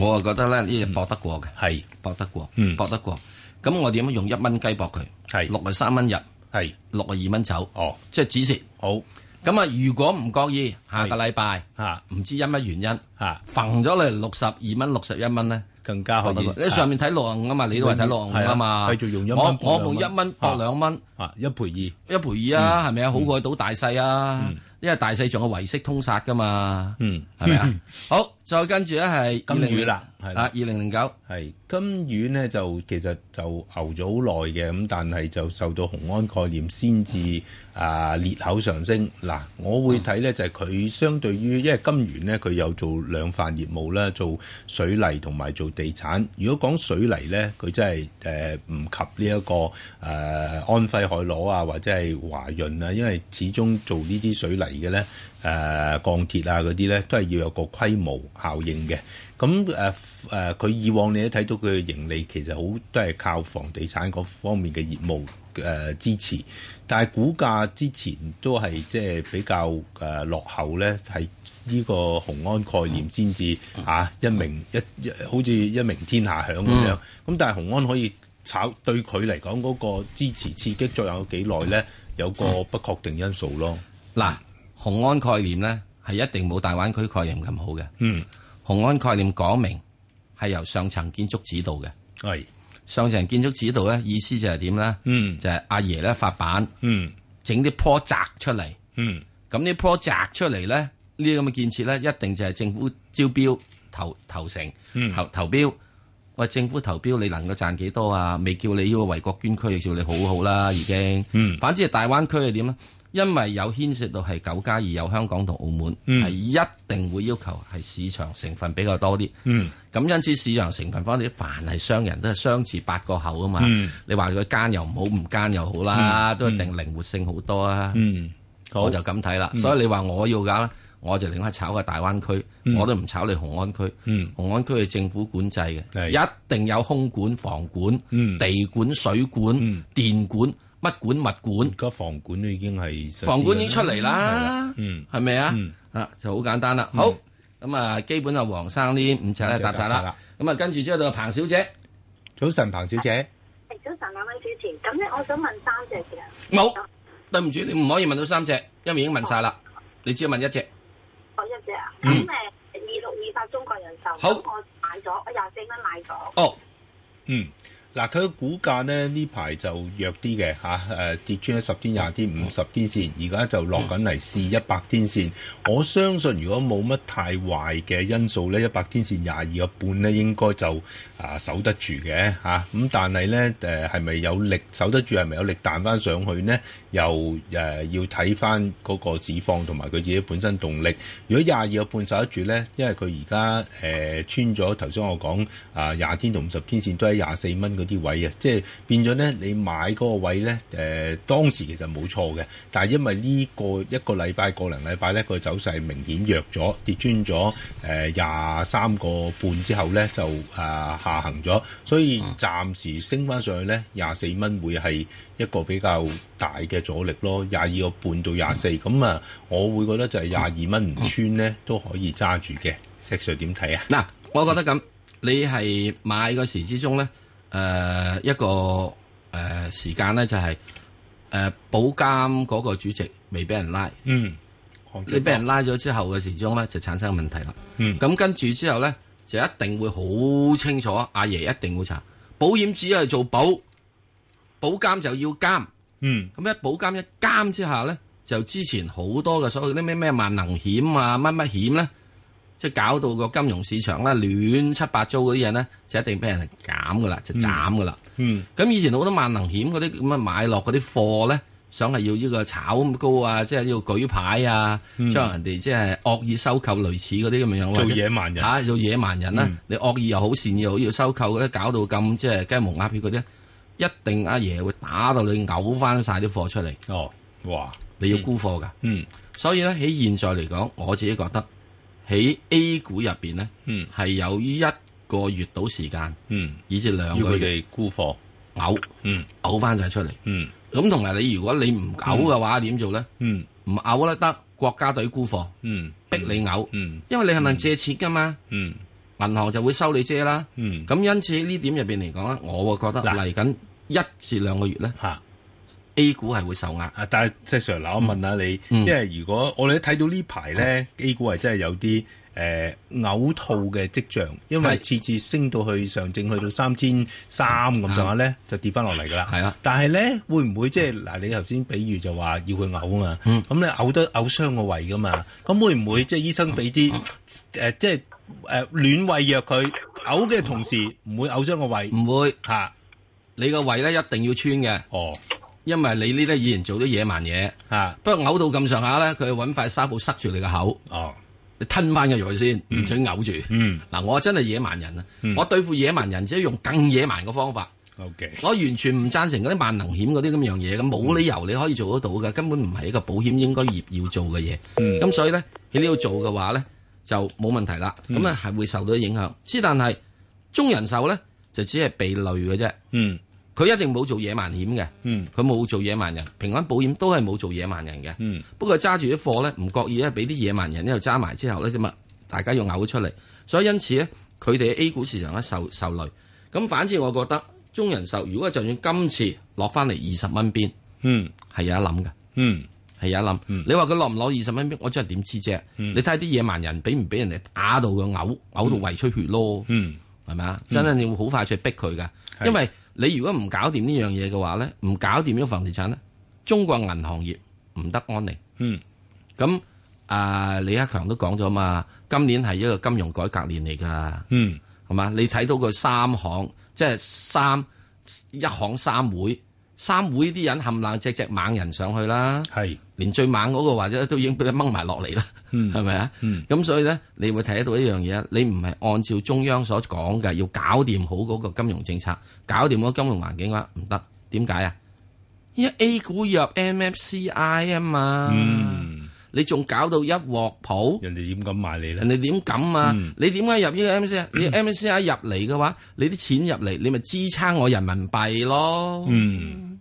C: 我啊覺得咧呢隻搏得過嘅，
D: 係
C: 搏得過，
D: 嗯
C: 搏得過。咁我點樣用一蚊雞搏佢？
D: 係
C: 六啊三蚊入，
D: 係
C: 六啊二蚊走，
D: 哦，
C: 即係止蝕。
D: 好
C: 咁啊，如果唔覺意，下個禮拜
D: 嚇
C: 唔知因乜原因，
D: 嚇
C: 揈咗你六十二蚊、六十一蚊咧，
D: 更加可
C: 覺得
D: 以
C: 佢你上面睇六啊五啊嘛，你都係睇六啊五啊嘛，
D: 係啊繼續用一蚊
C: 我我
D: 搏兩
C: 用
D: 蚊
C: 一蚊搏
D: 啊嗯
C: 兩蚊，
D: 啊一賠
C: 一賠二啊，係咪啊？好過賭大細啊，因為大細仲有維息通殺噶嘛，
D: 嗯
C: 係咪 啊？好，再跟住咧係二
D: 金
C: 零
D: 魚啦
C: 啊
D: 係啦
C: 二零零九，
D: 二係金魚呢，就其實就牛咗好耐嘅，咁但係就受到雄安概念先至啊裂口上升。嗱，我會睇呢，就係佢相對於因為金魚呢，佢有做兩範業務啦，做水泥同埋做地產。如果講水泥呢，佢真係誒唔及呢、一個誒、呃安徽海螺啊，或者係華潤啊，因為始終做呢啲水泥嘅咧，誒、鋼鐵啊嗰啲咧，都係要有個規模效應嘅。咁誒誒，呃佢、以往你都睇到佢嘅盈利其實好都係靠房地產嗰方面嘅業務誒、呃支持，但係股價之前都係即係比較誒、呃落後咧，係呢個雄安概念先至嚇一名一一好似一名天下響咁樣。咁、但係雄安可以炒對佢嚟講嗰個支持刺激作用有幾耐咧？有個不確定因素咯。嗯
C: 嗱，雄安概念咧係一定冇大灣區概念咁好嘅。
D: 嗯，
C: 雄安概念講明係由上層建築指導嘅，
D: 係，
C: 上層建築指導咧意思就係點咧？
D: 嗯
C: 就係阿爺咧發版
D: 嗯
C: 整啲 project 出嚟，
D: 嗯
C: 咁啲 project 出嚟咧呢啲咁嘅建設咧，一定就係政府招標投投成
D: 嗯
C: 投投標。喂，政府投標你能夠賺幾多啊？未叫你呢個為國捐軀，亦叫你好好啦，已經。
D: 嗯
C: 反之係大灣區係點咧？因為有牽涉到係九加二，有香港同澳門，係、
D: 嗯
C: 一定會要求係市場成分比較多啲。
D: 嗯
C: 咁因此市場成分方面，凡係商人都係相似八個口啊嘛。
D: 嗯
C: 你話佢奸又唔好，唔奸又好啦，都一定靈活性好多啊。
D: 嗯，好嗯
C: 我就咁睇啦。所以你話我要搞咧，我就寧可炒個大灣區，我都唔炒你紅安區。
D: 嗯
C: 紅安區係政府管制嘅，
D: 係
C: 一定有空管、房管、
D: 嗯
C: 地管、水管、電管、乜管物管
D: 而。家房管都已經係實施
C: 房管已經出
D: 嗯啦
C: 嚟啦，
D: 嗯
C: 係咪啊
D: 嗯？
C: 啊，就好簡單啦。好，咁啊，基本啊，黃生呢五隻咧答晒
D: 答晒
C: 啦
D: 啦。
C: 咁啊，跟住之後到彭小姐，
D: 早晨，彭小姐。
E: 係早晨兩位主持，咁咧我想問三隻嘅，
C: 冇，對唔住，你唔可以問到三隻，因為已經問晒啦。你只係問一隻，
E: 我一隻啊，咁誒二六二八中國人壽，
C: 嗯好
E: 咁我買咗，我廿四蚊買咗，
C: 哦，
D: 嗯，嗱，佢嘅股價呢，呢排就弱啲嘅嚇，誒、跌穿咗十天、廿天、五十天線，而家就落緊嚟試一百天線。我相信如果冇乜太壞嘅因素呢，一百天線廿二個半呢應該就啊守得住嘅嚇。啊咁、但係呢，誒係咪有力守得住？係咪有力彈翻上去呢？又誒、呃要睇翻嗰個市況同埋佢自己本身動力。如果廿二個半守得住呢，因為佢而家誒穿咗頭先我講啊廿天同五十天線都喺廿四蚊嗰啲位啊，即係變咗呢，你買嗰個位呢，誒、當時其實冇錯嘅，但係因為呢個一個禮拜個零禮拜呢個走勢明顯弱咗，跌穿咗誒廿三個半之後呢，就啊下行咗，所以暫時升翻上去呢，廿四蚊會係一個比較大嘅阻力咯，廿二個半到廿四咁啊，我會覺得就係廿二蚊唔穿呢都可以揸住嘅。石 Sir 點睇啊？
C: 嗱，我覺得咁，你係買嗰時之中咧，誒一個誒時間咧就係誒保監嗰個主席未俾人拉。
D: 嗯，
C: 你俾人拉咗之後嘅時鐘咧，就產生問題啦。
D: 嗯
C: 咁跟住之後咧，就一定會好清楚，阿爺一定會查。保險只係做保，保監就要監。
D: 嗯
C: 咁一保監一監之下咧，就之前好多嘅所謂啲咩咩萬能險啊、乜乜險咧，即係搞到個金融市場咧亂七八糟嗰啲人咧，就一定俾人減噶啦，就斬噶啦。
D: 嗯
C: 咁以前好多萬能險嗰啲咁啊買落嗰啲貨咧，想係要呢個炒咁高啊，即係要舉牌啊，將人哋即係惡意收購類似嗰啲咁樣樣，
D: 嗯做
C: 或者
D: 野蠻人
C: 嚇、做野蠻人啦、
D: 嗯
C: 你惡意又好善意又好，要收購咧，搞到咁即係雞毛鴨血嗰啲，一定阿爺會打到你嘔翻晒啲貨出嚟，
D: 哦，哇，
C: 你要沽貨㗎。
D: 嗯
C: 所以咧喺現在嚟講，我自己覺得喺 A 股入邊咧
D: 嗯
C: 係有一個月到時間，
D: 嗯，
C: 以至
D: 要
C: 兩個
D: 佢
C: 月
D: 哋沽貨，
C: 嘔
D: 嗯
C: 嘔翻晒出嚟。
D: 嗯
C: 咁同埋你如果你唔嘔嘅話，點做咧？
D: 嗯
C: 唔嘔咧得，國家隊沽貨
D: 嗯
C: 逼你嘔，
D: 嗯
C: 因為你係能借錢噶嘛，
D: 嗯
C: 銀行就會收你遮啦。
D: 嗯，
C: 咁因此呢點入邊嚟講咧，我會覺得
D: 嗱
C: 嚟緊一至兩個月咧
D: 嚇。
C: ，A 股係會受壓。
D: 啊！但係石 Sir，嗱，我問下你，
C: 嗯
D: 因為如果我哋睇到呢排咧，A 股係真係有啲誒嘔吐嘅跡象，因為
C: 係
D: 次次升到去上證去到三千三咁上下咧，就跌翻落嚟㗎啦。
C: 啊係啊
D: 但係咧會唔會即係嗱？你頭先比喻就話要佢嘔啊嘛，
C: 嗯
D: 咁你嘔得嘔傷個胃㗎嘛，咁會唔會即係醫生俾
C: 嗯
D: 啲誒即係誒暖胃藥佢嘔嘅同時唔會嘔傷個胃
C: 唔會，
D: 嚇、啊
C: 你個胃咧一定要穿嘅，
D: 哦
C: 因為你呢啲以前做咗野蠻嘢。
D: 嚇、啊
C: 不過嘔到咁上下咧，佢揾塊紗布塞住你個口，
D: 哦，
C: 你吞翻個藥先，唔准嘔住。
D: 嗯
C: 嗱，我真係野蠻人啊！
D: 嗯
C: 我對付野蠻人只係用更野蠻嘅方法。
D: ，OK，
C: 我完全唔贊成嗰啲萬能險嗰啲咁樣嘢，咁冇理由你可以做得到嘅，根本唔係一個保險應該業要做嘅嘢。
D: 嗯
C: 咁所以咧喺呢度做嘅話咧就冇問題啦。咁啊係會受到影響，之但係中人壽咧就只係被累嘅啫，
D: 嗯
C: 佢一定冇做野蠻險嘅，
D: 嗯
C: 佢冇做野蠻人，平安保險都係冇做野蠻人嘅。
D: 嗯
C: 不過揸住啲貨咧，唔覺意咧俾啲野蠻人一路揸埋之後咧，咁啊，大家要嘔出嚟，所以因此咧，佢哋喺 A 股市場咧受受累。咁反之，我覺得中人壽如果就算今次落翻嚟二十蚊邊，
D: 嗯
C: 係有一諗嘅。
D: 嗯嗯
C: 係有一諗，你話佢攞唔攞二十蚊邊，我真係點知啫？你睇下啲野蠻人俾唔俾人哋打到佢嘔，嘔到胃出血咯。
D: 嗯
C: 係咪啊？真係你會好快脆逼佢噶，
D: 係
C: 因為你如果唔搞掂呢樣嘢嘅話咧，唔搞掂呢個房地產咧，中國銀行業唔得安寧。
D: 嗯，
C: 咁啊、李克強都講咗嘛，今年係一個金融改革年嚟㗎，
D: 嗯
C: 係嘛？你睇到佢三行，即係三一行三會，三會啲人冚冷隻隻猛人上去啦。
D: 係
C: 連最猛嗰個或者都已經俾佢掹埋落嚟啦，
D: 嗯
C: 係咪啊？咁所以咧，你會睇得到一樣嘢，你唔係按照中央所講嘅，要搞掂好嗰個金融政策，搞掂嗰個金融環境嘅話，唔得。點解啊？因為 A 股入 MFCI 啊嘛，
D: 嗯，
C: 你仲搞到一鑊泡，
D: 人哋點敢買你
C: 人
D: 咧？
C: 哋點敢啊？
D: 嗯
C: 你點解入呢個 MFCI？你 MFCI 入嚟嘅話，你啲錢入嚟，你咪支撐我人民幣咯。
D: 嗯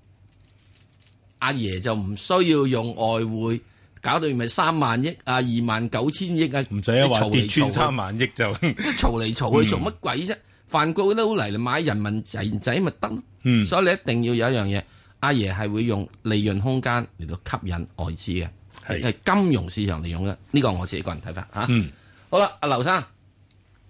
C: 阿爺就唔需要用外匯，搞到咪三萬億啊、二萬九千億啊，
D: 嗯唔使一話
C: 嘈嚟
D: 跌穿
C: 嘈去
D: 三萬億 就嗯
C: 嘈嚟嘈去做乜鬼啫？梵高都嚟嚟買人民仔仔咪得咯。
D: 嗯
C: 所以你一定要有一樣嘢，阿爺係會用利潤空間嚟到吸引外資嘅，
D: 係
C: 係金融市場利用嘅。呢個我自己個人睇法嚇。
D: 嗯
C: 好啦，阿劉生，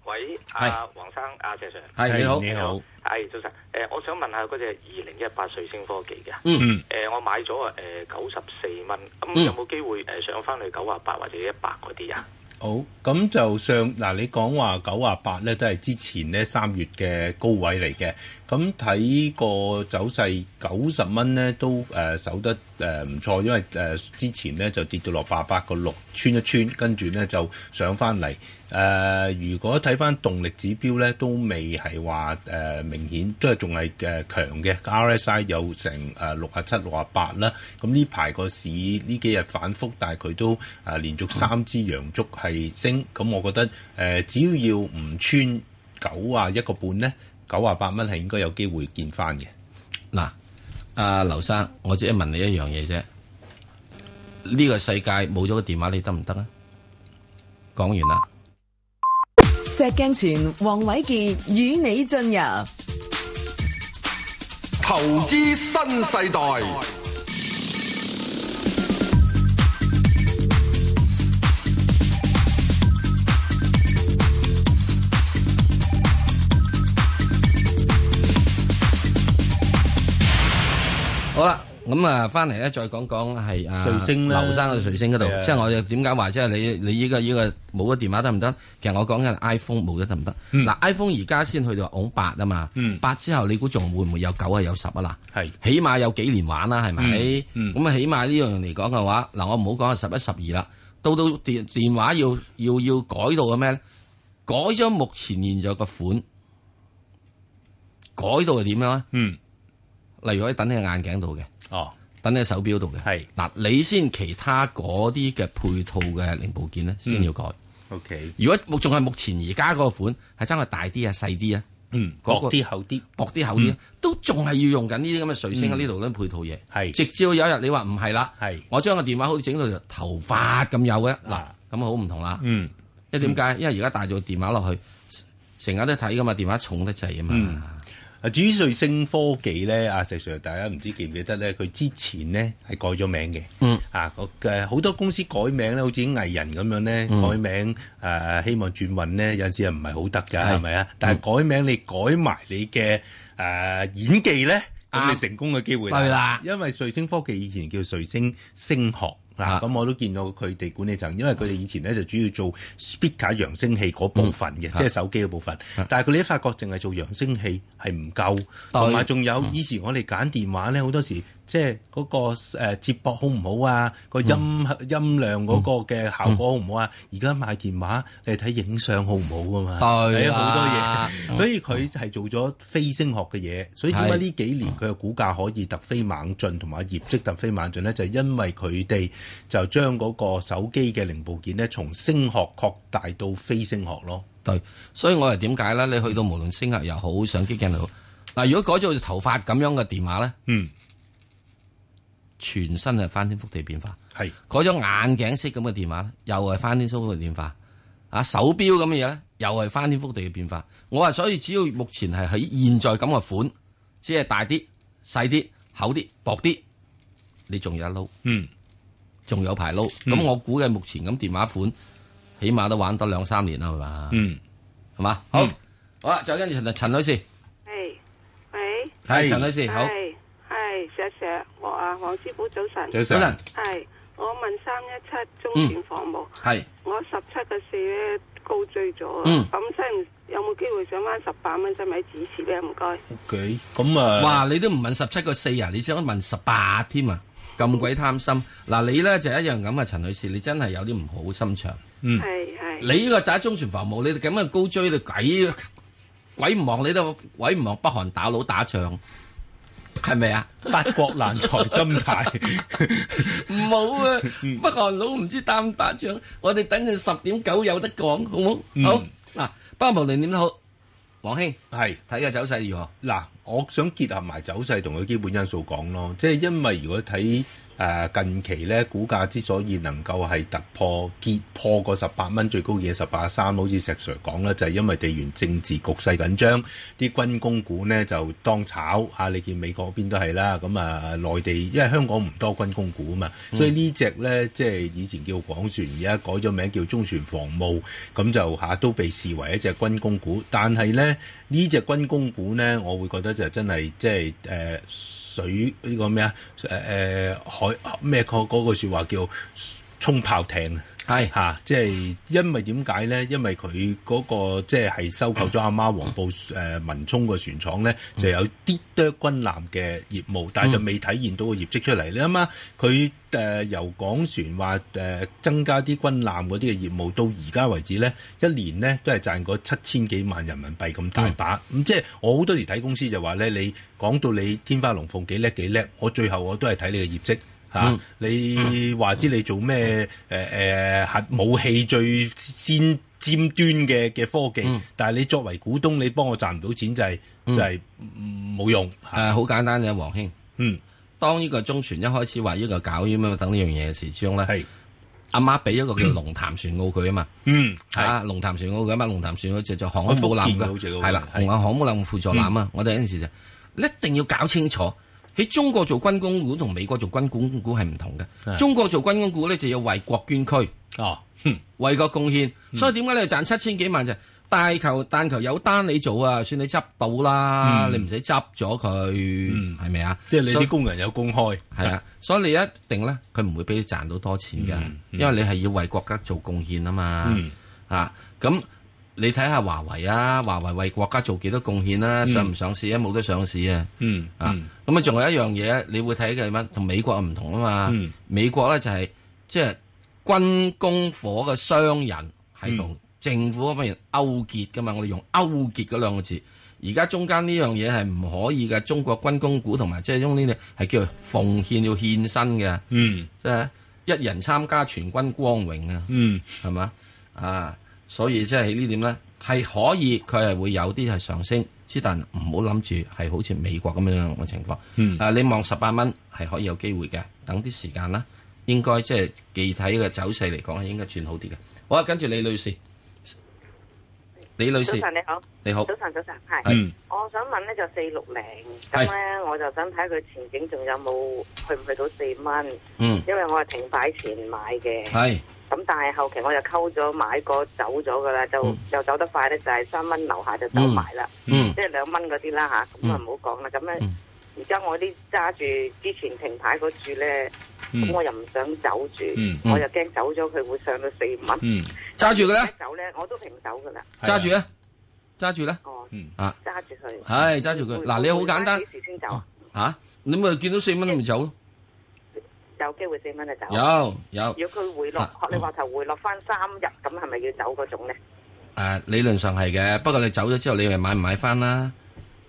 F: 喂，
C: 係
F: 阿黃生，阿謝 Sir，
C: 係你好，
D: 你好，
F: 係早晨。誒，我想問下嗰只二零一八瑞聲科技嘅，
D: 嗯
F: 誒，我買咗誒九十四蚊，
C: 嗯
F: 咁有冇機會誒上翻去九啊八或者一百嗰啲啊？
D: 好，咁就上嗱，你講話九啊八咧，都係之前咧三月嘅高位嚟嘅。咁睇個走勢，九十蚊咧都誒、呃守得誒唔、錯，因為誒、呃之前咧就跌到落八百個六，穿一穿，跟住咧就上翻嚟。誒、如果睇翻動力指標咧，都未係話誒明顯，都係仲係誒強嘅。RSI 有成誒六啊七、六啊八啦。咁呢排個市呢幾日反覆，但係佢都誒、呃、連續三支陽燭係升。咁我覺得誒、呃只要要唔穿九啊一個半咧，九啊八蚊係應該有機會見翻嘅。
C: 嗱，阿劉生，我只係問你一樣嘢啫。呢個世界冇咗個電話，你得唔得啊？講完啦。
A: 石鏡泉黃偉傑與你進入
B: 投資新世代，
C: 好啦，咁啊，翻嚟咧，再講講係啊，
D: 瑞星啦
C: 劉生嘅瑞星嗰度
D: 係啊，
C: 即係我又點解話即係你你依個依個冇咗電話得唔得？其實我講緊 iPhone 冇咗得唔得？嗱，iPhone 而家先去到講八啊嘛
D: 嗯，
C: 八之後你估仲會唔會有九啊有十啊嗱？
D: 係
C: 起碼有幾年玩啦，係咪？咁、啊
D: 嗯
C: 起碼呢樣嚟講嘅話，嗱，我唔好講係十一、十二啦，到到電電話要要要改到嘅咩咧？改咗目前現在個款，改到係點樣咧？
D: 嗯
C: 例如可以等喺眼鏡度嘅，
D: 哦
C: 等喺手錶度嘅。
D: 係
C: 嗱，你先其他嗰啲嘅配套嘅零部件咧，
D: 嗯
C: 先要改。
D: OK
C: 如果目仲係目前而家嗰個款，係爭佢大啲啊、細啲啊、
D: 嗯
C: 嗰個
D: 薄啲厚啲
C: 薄啲厚啲啊，都仲係要用緊呢啲咁嘅水星啊呢度咧配套嘢。
D: 嗯係
C: 直至到有一日你話唔係啦，
D: 係
C: 我將個電話好似整到頭髮咁幼嘅，嗱
D: 啊
C: 咁好唔同啦。
D: 嗯
C: 因為點解？因為而家帶咗個電話落去，成日都睇噶嘛，電話重得滯啊
D: 嗯
C: 嘛。
D: 啊，至於瑞星科技咧，阿石 Sir，大家唔知記唔記得咧？佢之前咧係改咗名嘅，
C: 嗯
D: 啊，我嘅好多公司改名咧，好似啲藝人咁樣咧，改名誒、希望轉運咧，有陣時係唔係好得㗎，
C: 係
D: 係咪啊？但係改名你改埋你嘅誒、演技咧，咁你
C: 啱
D: 成功嘅機會
C: 對啦
D: 因為瑞星科技以前叫瑞星聲學。嗱，
C: 啊
D: 咁我都見到佢哋管理層，因為佢哋以前咧就主要做 speaker 揚聲器嗰部分嘅，
C: 啊
D: 即係手機嘅部分。但係佢哋一發覺淨係做揚聲器係唔夠，同埋仲有以前我哋揀電話咧，好多時即係嗰個誒接駁好唔好啊，個音音量嗰個嘅效果好唔好啊？而家買電話你係睇影相好唔好噶嘛？
C: 對
D: 睇好多嘢
C: 啦。
D: 所以佢係做咗非升學嘅嘢，所以點解
C: 係
D: 呢幾年佢嘅股價可以突飛猛進，同埋業績突飛猛進咧？就係因為佢哋就將嗰個手機嘅零部件咧，從升學擴大到非升學咯。
C: 對，所以我係點解咧？你去到無論星核又好，相機鏡又好，嗱，如果改做頭髮咁樣嘅電話咧，
D: 嗯，
C: 全身係翻天覆地變化。
D: 係
C: 改咗眼鏡式咁嘅電話咧，又係翻天覆地嘅變化。啊，手錶咁嘅嘢咧，又係翻天覆地嘅變化。我話所以只要目前係喺現在咁嘅款，只係大啲、細啲、厚啲、薄啲，你仲有得撈，
D: 嗯，
C: 仲有排撈。咁、我估計目前咁電話款，起碼都玩多兩三年啦，係嘛？
D: 嗯，
C: 係嘛？好，好啦，再跟住陳陳女士，
G: 系喂，
C: 係
D: 係
C: 陳女士，好，
G: 系系石石，我啊黄师傅早晨，
D: 早
C: 早晨嗯
D: 晨，，
G: 系我问三一七中電服務，
C: 係
G: 我十七個四咧高追咗啊，
C: 嗯
G: 咁使唔有冇機會上翻十八蚊？使咪指示咧？唔該，
C: 嗯
D: 佢咁啊，
C: 哇！你都唔問十七個四啊，你想問十八添啊？咁鬼貪心嗱，你咧就一樣咁啊，陳女士，你真係有啲唔好心腸。
D: 嗯
G: 係係
C: 你呢個打中船防務，你咁嘅高追，你鬼鬼唔望你都鬼唔望北韓打佬打仗，係咪啊？
D: 法國難財心態，
C: 唔好啊！
D: 嗯
C: 北韓佬唔知打唔打仗，我哋等陣十點九有得講，好唔好？
D: 嗯
C: 好嗱，不過無論點都好，黃兄
D: 係。
C: 睇嘅走勢如何？
D: 嗱，我想結合埋走勢同佢基本因素講咯，即係因為如果睇誒、呃近期咧，股價之所以能夠係突破結破個十八蚊最高嘅十八三，好似石 Sir 講啦，就係、因為地緣政治局勢緊張，啲軍工股呢就當炒啊！你見美國嗰邊都係啦，咁啊內地因為香港唔多軍工股啊嘛，所以呢只呢，即係以前叫廣船，而家改咗名叫中船防務，咁就嚇、都被視為一隻軍工股，但係呢。呢只軍工股咧，我會覺得就真係即係誒水呢、個咩啊誒誒海咩嗰嗰個説話叫衝炮艇啊
C: 係
D: 嚇、即係因為點解咧？因為佢嗰、個即係係收購咗阿媽黃埔誒、文沖個船廠咧，就有啲多軍艦嘅業務，但係就未體現到個業績出嚟。你諗下，佢誒、由港船話誒、呃增加啲軍艦嗰啲嘅業務，到而家為止咧，一年咧都係賺嗰七千幾萬人民幣咁大把。咁、即係我好多時睇公司就話咧，你講到你天花龍鳳幾叻幾叻，我最後我都係睇你嘅業績。嚇、
C: 嗯
D: 你話知你做咩？誒、誒、核武器最先尖端嘅嘅科技，
C: 嗯
D: 但係你作為股東，你幫我賺唔到錢就係、就係嗯冇用嚇。
C: 誒，好簡單嘅，黃兄。
D: 嗯，
C: 當呢個中船一開始話呢個搞咁樣等呢樣嘢嘅時之中咧，
D: 係，
C: 阿媽俾一個叫龍潭船澳佢啊嘛，
D: 嗯，係，
C: 啊龍潭船澳佢啊嘛，龍潭船澳就做航空母艦
D: 福建嘅好似嗰嗯
C: 㗎，
D: 個
C: 係啦，
D: 係
C: 同航空母艦輔助艦啊，我哋有陣時就一定要搞清楚。喺中國做軍工股同美國做軍工股係唔同嘅，
D: 係
C: 中國做軍工股咧就要為國捐軀，
D: 哦，哼
C: 為國貢獻，
D: 嗯
C: 所以點解你要賺七千幾萬就係大球但求有單你做啊，算你執到啦，你唔使執咗佢，係咪啊？
D: 嗯即係你
C: 所以
D: 啲工人有公開，
C: 係啦，啊所以你一定咧，佢唔會俾你賺到多錢噶，因為你係要為國家做貢獻啊嘛。
D: 嗯
C: 啊，咁你睇下華為啊，華為為國家做幾多貢獻啦？上唔上市啊？冇得上市啊！
D: 嗯，
C: 啊
D: 嗯，，
C: 咁啊，仲有一樣嘢，你會睇嘅係乜？同美國唔同啊嘛
D: 嗯。
C: 美國咧就係即係軍工火嘅商人係
D: 嗯
C: 同政府嗰班人勾結噶嘛。我哋用勾結嗰兩個字。而家中間呢樣嘢係唔可以嘅。中國軍工股同埋即係用呢啲係叫做奉獻要獻身嘅，
D: 嗯，
C: 即係一人參加全軍光榮啊，
D: 嗯，
C: 係嘛啊？所以即係喺呢點咧係可以，佢係會有啲係上升，之但唔好諗住係好似美國咁樣嘅情況。
D: 嗯
C: 啊，你望十八蚊係可以有機會嘅，等啲時間啦。應該即係具體嘅走勢嚟講係應該轉好啲嘅。好啊，跟住李女士，李女
G: 早
C: 士
G: 晨你好，
C: 你好，
G: 早晨早晨，係
C: 係
D: 嗯，
G: 我想問咧就四六零，咁
C: 係
G: 咧我就想睇下佢前景仲有冇去唔去到四蚊，
C: 嗯，
G: 因為我係停擺前買嘅。
C: 係。
G: 咁但係後期我就溝咗買過走咗噶啦，就
C: 嗯
G: 就走得快咧，就係三蚊樓下就走埋啦，
C: 嗯
G: 即係兩蚊嗰啲啦吓，咁啊
C: 嗯
G: 唔好講啦。咁咧
C: 嗯
G: 而家我啲揸住之前停牌嗰注咧，咁
D: 嗯
G: 我又唔想走住，
D: 嗯
G: 我又驚走咗佢會上到四蚊。
D: 嗯，
C: 揸住佢啦
G: 一，走咧我都平手噶啦，
D: 係啊
C: 揸住，啦，揸住啦，
G: 哦，
D: 嗯
C: 啊，
G: 揸住佢。
C: 係揸住佢。嗱，你好簡單啊
G: 幾時先走？
C: 吓，你咪啊見到四蚊你咪走咯。
G: 有機會四蚊就走。
C: 有有，
G: 如果佢回落，
C: 啊
G: 學你話頭回落翻三日，咁係咪要走嗰種咧？
C: 誒啊理論上係嘅，不過你走咗之後，你咪買唔買翻啦？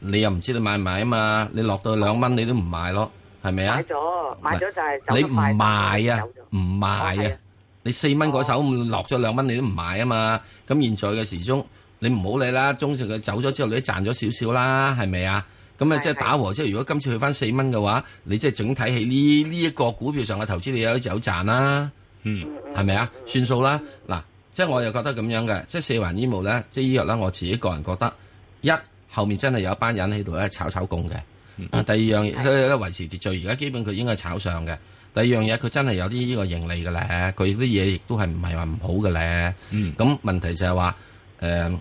C: 你又唔知你買唔買啊嘛？你落到兩蚊你都唔買咯，係咪啊
G: 買？咗，買咗就係走
C: 你
G: 得
C: 唔
G: 快
C: 賣啊
G: 走咗，
C: 唔賣
G: 哦係
C: 啊
G: 啊！
C: 你四蚊嗰手落咗兩蚊，你都唔買啊嘛！咁現在嘅時鐘，你唔好理啦。中成佢走咗之後，你都賺咗少少啦，係咪啊？咁啊，
G: 係
C: 即係
G: 係
C: 打和，即係如果今次去翻四蚊嘅話，你即係整體喺呢呢一個股票上嘅投資，你有有賺啦，
D: 嗯，
C: 係咪啊？算數啦，嗱，即係我又覺得咁樣嘅，即係四環醫務咧，即係醫藥咧，我自己個人覺得，一後面真係有一班人喺度咧炒炒供嘅，
D: 嗯
C: 啊第二樣嘢佢咧維持秩序，而家基本佢應該係炒上嘅。第二樣嘢佢真係有啲呢個盈利嘅咧，佢啲嘢亦都係唔係話唔好嘅咧。
D: 嗯
C: 咁問題就係話誒，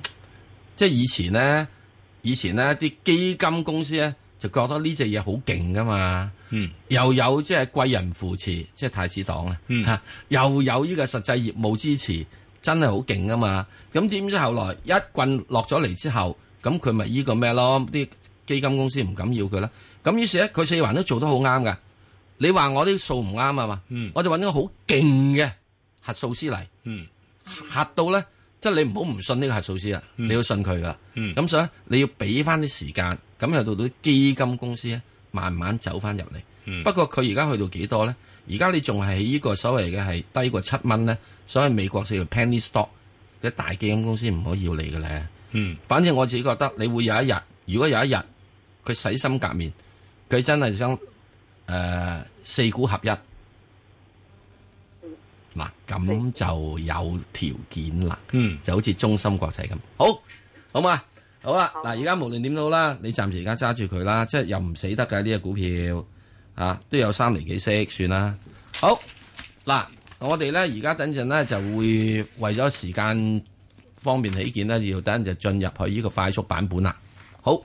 C: 即係以前咧，以前咧啲基金公司咧就覺得呢只嘢好勁噶嘛，
D: 嗯，
C: 又有即係貴人扶持，即係太子黨啊，
D: 嗯
C: 嚇又有呢個實際業務支持，真係好勁噶嘛。咁點知後來一棍落咗嚟之後，咁佢咪依個咩咯？啲基金公司唔敢要佢啦。咁於是咧，佢四環都做得好啱噶。你話我啲數唔啱啊嘛，
D: 嗯
C: 我就揾個好勁嘅核數師嚟。
D: 嗯
C: 嚇到咧，即係你唔好唔信呢個核數師啊，你要信佢噶。
D: 嗯
C: 咁所以呢你要俾翻啲時間，咁又到到啲基金公司咧，啊慢慢走翻入嚟。
D: 嗯
C: 不過佢而家去到幾多咧？而家你仲係喺呢個所謂嘅係低過七蚊咧，所以美國叫做 penny stock，即係大基金公司唔可以要你嘅咧。
D: 嗯
C: 反正我自己覺得你會有一日，如果有一日佢洗心革面，佢真係想誒、呃四股合一，嗱咁就有條件啦，
D: 嗯
C: 就好似中芯國際咁，好好嘛？好啊啦，嗱，而家無論點都好啦，你暫時而家揸住佢啦，即係又唔死得㗎呢只股票啊，都有三厘幾息算啦。好嗱，我哋咧而家等陣咧就會為咗時間方面起見咧，要等陣就進入去呢個快速版本啦。好，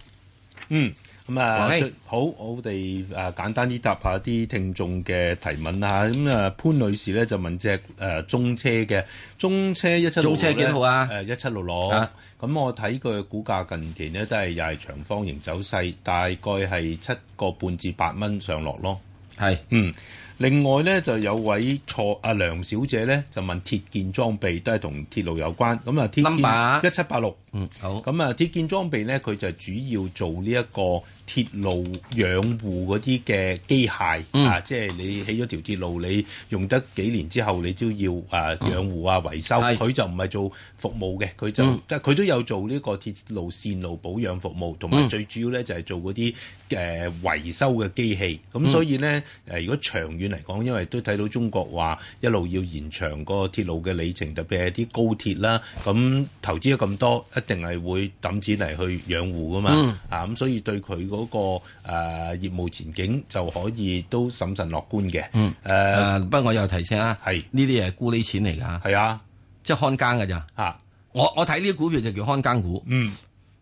D: 嗯，咁啊
C: 黃兄，
D: 好，我哋誒簡單啲答下啲聽眾嘅提問啦嚇。咁啊，潘女士咧就問只誒中車嘅中車一七六
C: 中車幾號啊
D: 誒一七六六。
C: 啊
D: 咁我睇佢嘅股價近期呢，都係又係長方形走勢，大概係七個半至八蚊上落咯。
C: 係
D: 嗯，另外咧就有位錯阿梁小姐咧就問鐵建裝備都係同鐵路有關，咁啊
C: Number？
D: 鐵建一七八六，
C: 嗯好
D: 咁啊鐵建裝備咧佢就主要做呢一個鐵路養護嗰啲嘅機械、
C: 嗯
D: 啊，即係你起咗條鐵路，你用得幾年之後，你都要啊養護啊維修，
C: 嗯係
D: 佢、就唔係做服務嘅，佢就
C: 嗯
D: 但係佢都有做呢個鐵路線路保養服務，同埋
C: 嗯
D: 最主要咧就係做嗰啲誒維修嘅機器。
C: 嗯
D: 咁所以咧誒、如果長遠嚟講，因為都睇到中國話一路要延長個鐵路嘅里程，特別係啲高鐵啦。咁投資咗咁多，一定係會抌錢嚟去養護噶嘛。
C: 嗯
D: 啊咁，所以對佢嗰、個誒、呃、業務前景就可以都審慎樂觀嘅。
C: 嗯誒、
D: 誒
C: 不過我又提醒啊，
D: 係
C: 呢啲嘢係沽呢錢嚟㗎，
D: 係啊
C: 即係看更㗎咋。
D: 嚇
C: 我我睇呢啲股票就叫看更股，
D: 嗯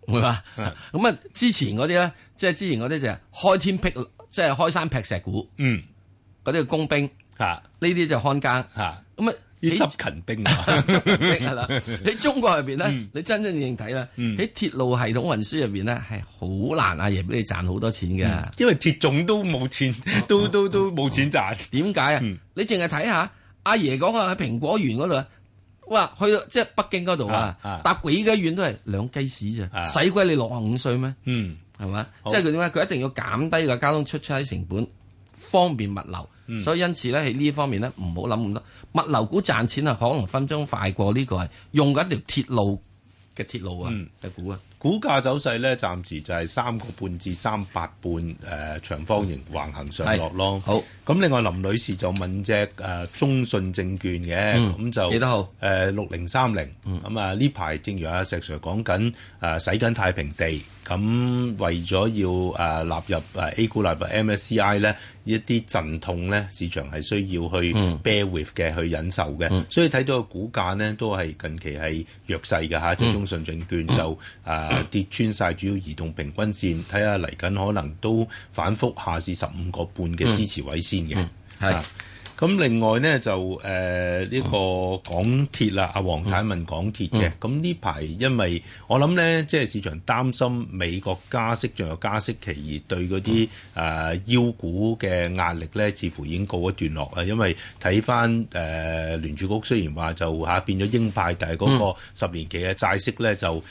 C: 係嘛？咁啊，之前嗰啲咧，即係之前嗰啲就係開天辟，即係開山劈石股，
D: 嗯
C: 嗰啲叫工兵，呢
D: 嚇
C: 啲就看更。
D: 嚇，
C: 咁啊，
D: 要
C: 喺
D: 執勤兵啊！
C: 係啦。喺中國入邊
D: 嗯
C: 咧，你真真正正睇啦，喺鐵路系統運輸入邊咧，係好難阿爺俾你賺好多錢嘅。
D: 因為鐵總都冇錢，都都都冇錢賺。
C: 點解啊？
D: 嗯
C: 你淨係睇下阿爺嗰個喺蘋果園嗰度啊，哇，去到即係北京嗰度啊
D: 啊啊，
C: 搭幾個遠都係兩雞屎
D: 啊
C: 咋，使鬼你六啊五歲咩？
D: 嗯
C: 係嘛？
D: 好
C: 即係佢點解？佢一定要減低個交通出差成本，方便物流。
D: 嗯
C: 所以因此咧喺呢方面咧，唔好諗咁多。物流股賺錢啊，可能分鐘快過呢個係用緊條鐵路嘅鐵路啊
D: 嗯
C: 嘅股啊。
D: 股價走勢咧，暫時就係三個半至三八半誒、呃、長方形橫行上落咯。
C: 係好，
D: 咁另外林女士就問只誒、呃中信證券嘅，
C: 嗯
D: 咁、就
C: 幾多號？嗯
D: 誒六零三零。咁啊呢排正如阿石 Sir 講緊誒洗緊太平地，咁為咗要誒、呃、納入誒 A 股納入 MSCI 咧，一啲陣痛咧，市場係需要去
C: 嗯
D: bear with 嘅，去忍受嘅，所以睇到個股價咧都係近期係弱勢嘅嚇，
C: 嗯
D: 即係中信證券就誒、呃跌穿晒主要移動平均線，睇下嚟緊可能都反覆下試十五個半嘅支持位先嘅，
C: 嗯係
D: 啊咁另外呢，就呃誒呢、個港鐵啦，阿黃太問港鐵嘅，咁呢排因為我諗呢，即係市場擔心美國加息仲有加息期，而對嗰啲誒腰股嘅壓力呢，似乎已經告一段落啊。因為睇翻誒聯儲局雖然話就嚇、變咗鷹派，但係嗰個十年期嘅債息呢，就誒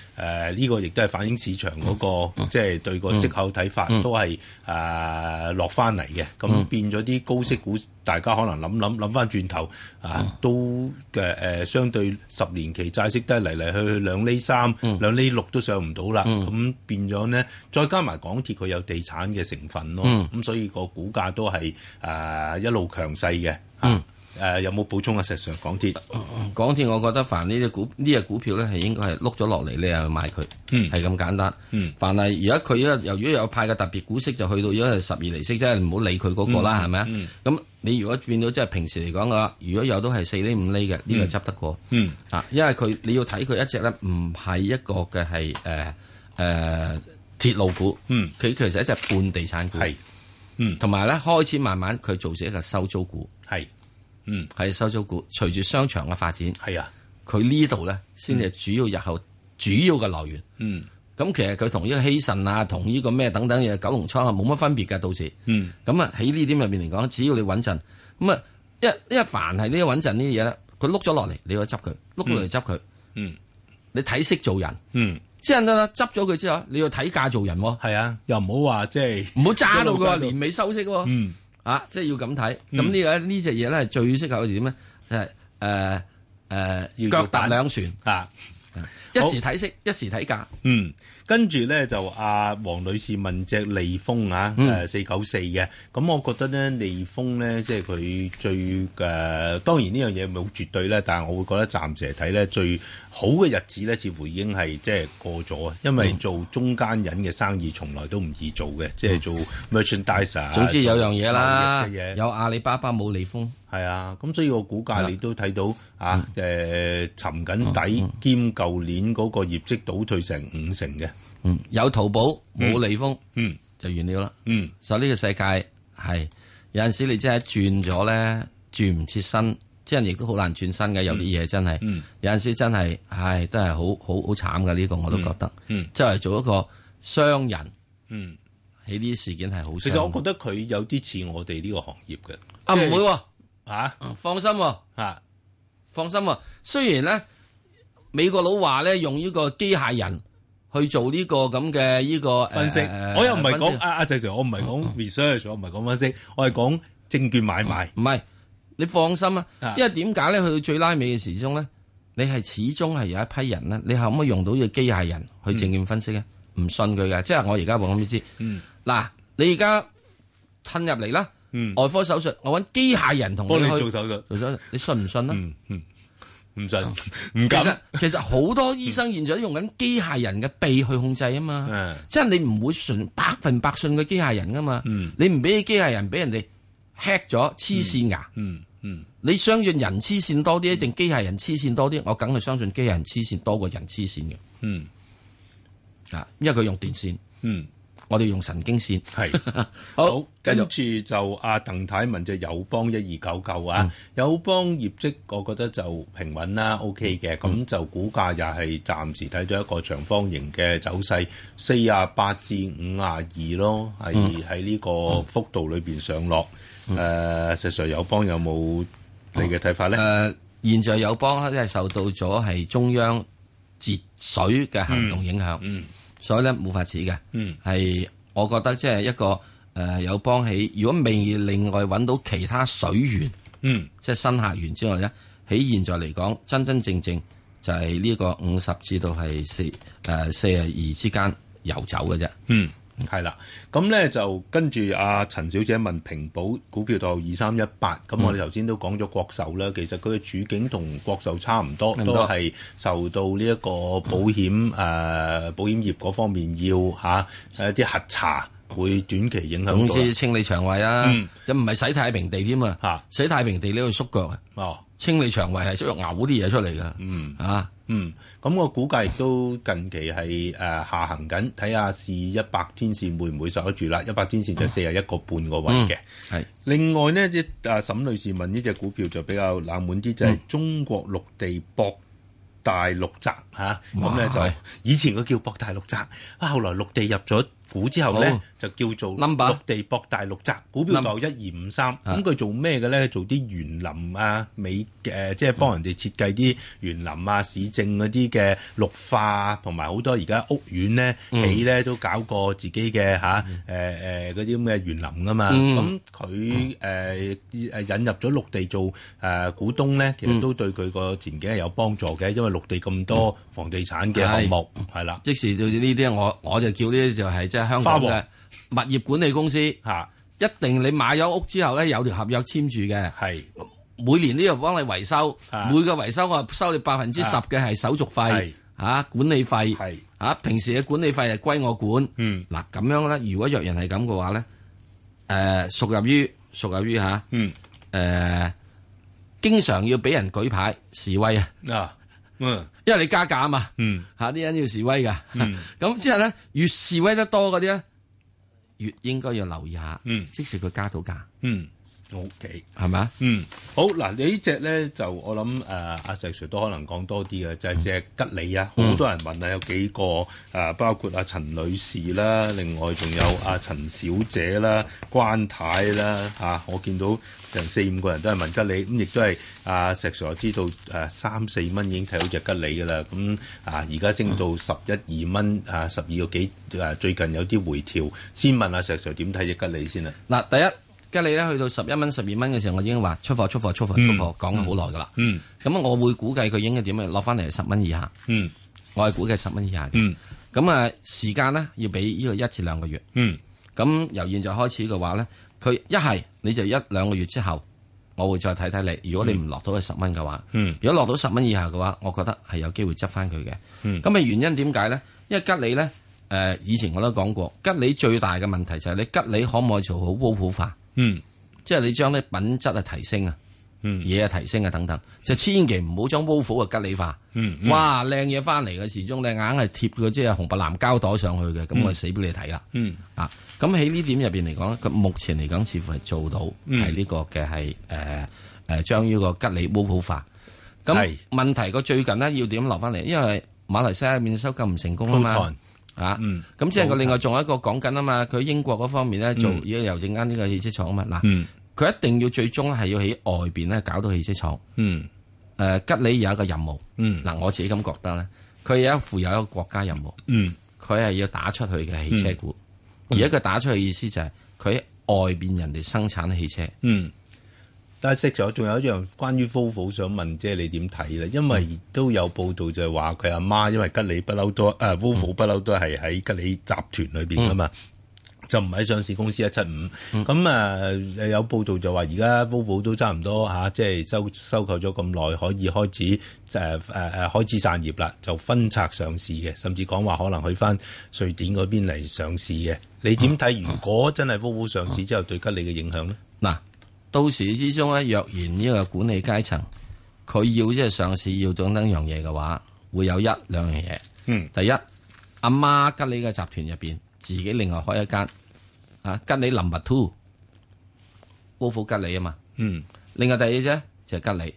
D: 呢、個亦都係反映市場嗰、個即係對個息呃口睇法都係誒、落翻嚟嘅，咁變咗啲高息股大家可能。能諗諗諗翻轉頭啊，都嘅誒相對十年期債息都係嚟嚟去去兩厘三、兩厘六都上唔到啦。咁變咗咧，再加埋港鐵佢有地產嘅成分咯，咁所以個股價都係誒一路強勢嘅嚇。誒有冇補充啊？石 Sir，港鐵
C: 港嗯鐵，我覺得凡呢只股呢只股票咧，係應該係碌咗落嚟，你又買佢，
D: 嗯
C: 係啊咁簡單。
D: 嗯
C: 凡係而家佢咧，由於有派嘅特別股息，就去到而家係十二厘息，即係唔好理佢嗰個
D: 嗯
C: 啦，係咪啊？咁你如果變到即係平時嚟講嘅話，如果有都係四厘五厘嘅，呢個執得過。
D: 嗯
C: 啊，因為佢你要睇佢一隻咧，唔係一個嘅係誒誒鐵路股，
D: 嗯
C: 佢其實一隻半地產股，
D: 係嗯
C: 同埋咧開始慢慢佢做成一個收租股，
D: 係嗯
C: 係收租股。隨住商場嘅發展，
D: 係啊
C: 佢呢度咧先至係主要日後主要嘅來源。
D: 嗯
C: 咁其實佢同呢個希慎啊，同呢個咩等等嘢，九龍倉啊冇乜分別㗎，到時。
D: 嗯
C: 咁啊喺呢點入邊嚟講，只要你穩陣，咁啊因為因為凡係呢啲穩陣呢啲嘢咧，佢碌咗落嚟，你要執佢，碌落嚟執佢，
D: 嗯
C: 你睇識做人。
D: 嗯
C: 即係得啦，執咗佢之後，你要睇價做人喎，唔
D: 係啊，又唔好話即係
C: 好揸到佢話
D: 一路揸到
C: 年尾收息喎，
D: 嗯
C: 啊，即係要咁睇。咁呢個呢只嘢咧，最適合係點咧？就係誒
D: 要
C: 誒，腳踏
D: 要板
C: 兩船，
D: 啊。
C: 一
D: 好
C: 時睇息，一時睇價。
D: 嗯，跟住咧就阿黃女士問只利豐啊，
C: 嗯
D: 誒四九四嘅，咁我覺得咧利豐咧即係佢最誒、呃，當然呢樣嘢唔係好絕對咧，但係我會覺得暫時嚟睇咧最好嘅日子咧，似乎已經係即係過咗啊，因為
C: 嗯
D: 做中間人嘅生意從來都唔易做嘅，即係做 merchandise 啊。
C: 嗯總之有樣嘢啦
D: 做貿易嘅嘢，
C: 有阿里巴巴冇利豐，
D: 係啊，咁所以個股
C: 係
D: 價
C: 啦嗯
D: 你都睇到啊，誒、沉緊底，兼舊年嗰個業績倒退成五成嘅，
C: 嗯，有淘寶冇利豐，
D: 嗯
C: 就完了啦。
D: 嗯。
C: 所以呢個世界係有陣時你真係轉咗咧，轉唔切身，即係亦都好難轉身嘅。有啲嘢真係，
D: 嗯
C: 有陣時真係，唉，都係好好好慘嘅呢個我都覺得。
D: 嗯
C: 即係做一個商人
D: 嗯，
C: 喺呢啲事件係好傷。
D: 其實我覺得佢有啲似我哋呢個行業嘅，
C: 啊
D: 啊
C: 唔會喎，
D: 嚇
C: 放心喎，
D: 嚇
C: 放心喎。雖然咧美國佬話咧用呢個機械人去做呢個咁嘅呢個呃
D: 分析，
C: 呃
D: 我又唔係
C: 分析嗯
D: 講阿阿石 Sir，我唔係講 research，我唔係講分析，我係講證券買賣，
C: 唔係，你放心啊
D: 啊，
C: 因為點解咧？去到最拉尾嘅時鐘咧，你係始終係有一批人咧，你可唔可以用到呢個機械人去證券分析咧？
D: 嗯
C: 唔信佢嘅，即係我而家話俾你知。嗱，你而家褪入嚟啦，
D: 嗯
C: 外科手術，我揾機械人同
D: 幫你
C: 你
D: 做
C: 哦去
D: 手術，
C: 做手術，你信唔信啦？啊
D: 嗯嗯，唔信唔
C: 嗯其實
D: 敢，
C: 其實好多醫生現在都用緊機械人嘅鼻去控制啊嘛，
D: 嗯
C: 即係你唔會信百分百信個機械人噶嘛，
D: 嗯
C: 你唔俾機械人俾人哋 hack 咗黐線牙。
D: 嗯嗯
C: 你相信人黐線多啲，定機械人黐線多啲？我梗係相信機械人黐線多過人黐線嘅，
D: 嗯
C: 啊，因為佢用電線，
D: 嗯，
C: 我哋用神經線。
D: 係。
C: 好，繼
D: 跟
C: 續。
D: 住就阿鄧太文就友邦一二九九
C: 嗯
D: 啊，友邦業績我覺得就平穩啦，OK
C: 嗯
D: 嘅，咁就股價又係暫時睇到一個長方形嘅走勢，四啊八至五啊二咯，
C: 嗯
D: 係喺呢個幅度裏邊上落。誒、石 Sir 友邦有冇你嘅睇法咧
C: 嗯誒、？呃現在友邦咧係受到咗係中央節水嘅行動影響，
D: 嗯
C: 所以咧冇法子嘅。
D: 嗯
C: 係我覺得即係一個誒、呃友邦喺如果未另外揾到其他水源，
D: 嗯
C: 即係新客源之外咧，喺現在嚟講，真真正正就係呢個五十至到係四誒四廿二之間游走嘅啫。
D: 嗯，係啦，咁咧就跟住阿陳小姐問平保股票代號二三一八，咁
C: 嗯
D: 我哋頭先都講咗國壽啦，其實佢嘅處境同國壽差唔多，
C: 差唔
D: 都
C: 多嗯
D: 係受到呢一個保險誒、呃保險業嗰方面要嚇誒啲核查會短期影響
C: 總
D: 到啦
C: 之清理腸胃啊
D: 嗯，
C: 就唔係洗太平地添
D: 嚇
C: 啊，洗太平地你去縮腳啊，
D: 哦。
C: 清理腸胃係需要嘔啲嘢出嚟㗎。嗯啊，
D: 嗯，咁我估計亦都近期係誒、呃下行緊，睇下試一百天線會唔會守得住啦。一百天線
C: 嗯
D: 就四十一個半個位嘅。
C: 係
D: 另外呢，即啊沈女士問呢只股票就比較冷門啲，
C: 嗯
D: 就係、中國陸地博大陸宅嚇，咁、
C: 哇
D: 咧
C: 係
D: 就以前佢叫博大陸宅，啊後來陸地入咗股之後咧
C: 好，
D: 就叫做
C: 哦 Number
D: 綠地博大陸集，股票代號一二五三。
C: 啊
D: 咁佢做咩嘅咧？做啲園林啊、美誒、即係
C: 嗯
D: 幫人哋設計啲園林啊、市政嗰啲嘅綠化啊，同埋好多而家屋苑咧
C: 嗯
D: 起咧都搞過自己嘅嚇誒誒嗰啲咁嘅園林噶嘛。
C: 嗯
D: 咁佢誒誒引入咗綠地做誒、股東咧，其實都對佢個前景係有幫助嘅，因為綠地咁多房地產嘅項目係啦
C: 即時就呢啲，我我就叫呢啲就係即係香港
D: 花
C: 嘅
D: 王
C: 物業管理公司，一
D: 嚇
C: 定你買咗屋之後咧，有條合約簽住嘅，
D: 係。
C: 每年呢度幫你維修，
D: 啊
C: 每個維修我收你百分之十
D: 啊
C: 嘅係手續費
D: 係，
C: 嚇管理費
D: 係，
C: 嚇平時嘅管理費係歸我管。
D: 嗯
C: 嗱咁樣咧，如果若人係咁嘅話咧，誒屬入於屬入於嚇
D: 嗯
C: 誒，經常要俾人舉牌示威啊，
D: 啊嗯
C: 因為你加價啊嘛。
D: 嗯
C: 嚇啲人要示威噶，
D: 嗯
C: 咁之後咧越示威得多嗰啲咧，越應該要留意下，
D: 嗯
C: 即使佢加到價，
D: 嗯，O K。
C: 係咪啊？
D: 嗯，好嗱，你呢只咧就我諗誒阿石 Sir 都可能講多啲嘅，就係只吉利啊，好多人問啊，有幾個誒、呃包括阿陳女士啦，另外仲有阿陳小姐啦、關太啦嚇、啊我見到成四五個人都係問吉利，咁亦都係阿石 Sir 知道誒三四蚊已經睇到只吉利㗎啦，咁啊而家升到十一二蚊啊十二個幾誒，最近有啲回調，先問阿石 Sir 點睇只吉利先啊？
C: 嗱，第一吉利咧去到十一蚊、十二蚊嘅時候，我已經話出貨、出貨、出貨、出貨，講咗好耐噶啦。
D: 嗯
C: 咁我會估計佢應該點樣落翻嚟十蚊以下，
D: 嗯
C: 我係估計十蚊以下嘅。
D: 嗯
C: 咁啊、時間咧要俾呢個一至兩個月。
D: 嗯
C: 咁由現在開始嘅話咧，佢一係你就一兩個月之後，我會再睇睇你。如果你唔落到去十蚊嘅話，
D: 嗯
C: 如果落到十蚊以下嘅話，我覺得係有機會執翻佢嘅。
D: 嗯
C: 咁嘅原因點解咧？因為吉利咧，誒、以前我都講過，吉利最大嘅問題就係你吉利可唔可以做好 w o l 化，
D: 嗯
C: 即係你將啲品質啊提升啊，
D: 嗯
C: 嘢啊提升啊等等，就千祈唔好將 w o l 啊吉利化。
D: 嗯。
C: 哇，靚嘢翻嚟嘅時鐘，你硬係貼個即係紅白藍膠袋上去嘅，咁我死俾你睇啦。
D: 嗯
C: 啊，咁喺呢點入邊嚟講咧，佢目前嚟講似乎係做到
D: 嗯
C: 係呢個嘅係誒誒將呢個吉利 w o l 化。咁
D: 係
C: 問題個最近呢要點留翻嚟？因為馬來西亞面收購唔成功啊嘛
D: Proton，，
C: 啊，
D: 嗯
C: 咁即係佢另外仲有一個講緊啊嘛，佢英國嗰方面咧做而家郵政間呢個汽車廠啊嘛，嗱，
D: 嗯
C: 佢一定要最終係要喺外邊咧搞到汽車廠。
D: 嗯
C: 誒吉利有一個任務，
D: 嗯
C: 嗱我自己咁覺得咧，佢有一負有一個國家任務，
D: 嗯
C: 佢係要打出去嘅汽車股。而家佢打出去嘅意思就係佢喺外邊人哋生產汽車。
D: 嗯。但係食咗仲有一樣關於 Volvo 想問，即係你點睇咧？因為都有報道就係話佢阿媽，因為吉利不嬲都誒 Volvo 不嬲都係喺吉利集團裏邊噶嘛。就唔喺上市公司一七五，咁啊誒有報道就話而家 Volvo 都差唔多嚇、啊即係收收購咗咁耐，可以開始誒誒誒開始散業啦，就分拆上市嘅，甚至講話可能去翻瑞典嗰邊嚟上市嘅。你點睇？如果真係 Volvo 上市之後對吉利嘅影響咧？
C: 嗱，到時之中咧，若然呢個管理階層佢要即係上市要等等樣嘢嘅話，會有一兩樣嘢。
D: 嗯，
C: 第一，阿媽吉利嘅集團入邊自己另外開一間啊吉利 number two，沃夫吉利啊嘛。
D: 嗯
C: 另外第二隻就係吉利。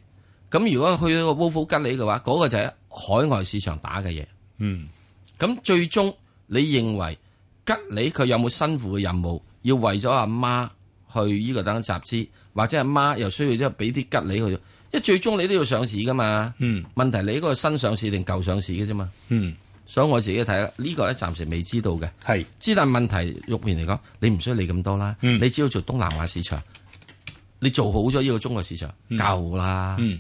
C: 咁如果去到個 Wolf 吉利嘅話，嗰、個就係海外市場打嘅嘢。
D: 嗯
C: 咁最終你認為吉利佢有冇辛苦嘅任務，要為咗阿媽去呢個等集資，或者阿媽又需要即係俾啲吉利去，因為最終你都要上市噶嘛。
D: 嗯
C: 問題你嗰個新上市定舊上市嘅啫嘛。
D: 嗯，
C: 所以我自己睇啦，呢、個咧暫時未知道嘅。
D: 係
C: 之但問題，玉面嚟講，你唔需要理咁多啦。
D: 嗯
C: 你只要做東南亞市場，你做好咗呢個中國市場夠啦，
D: 嗯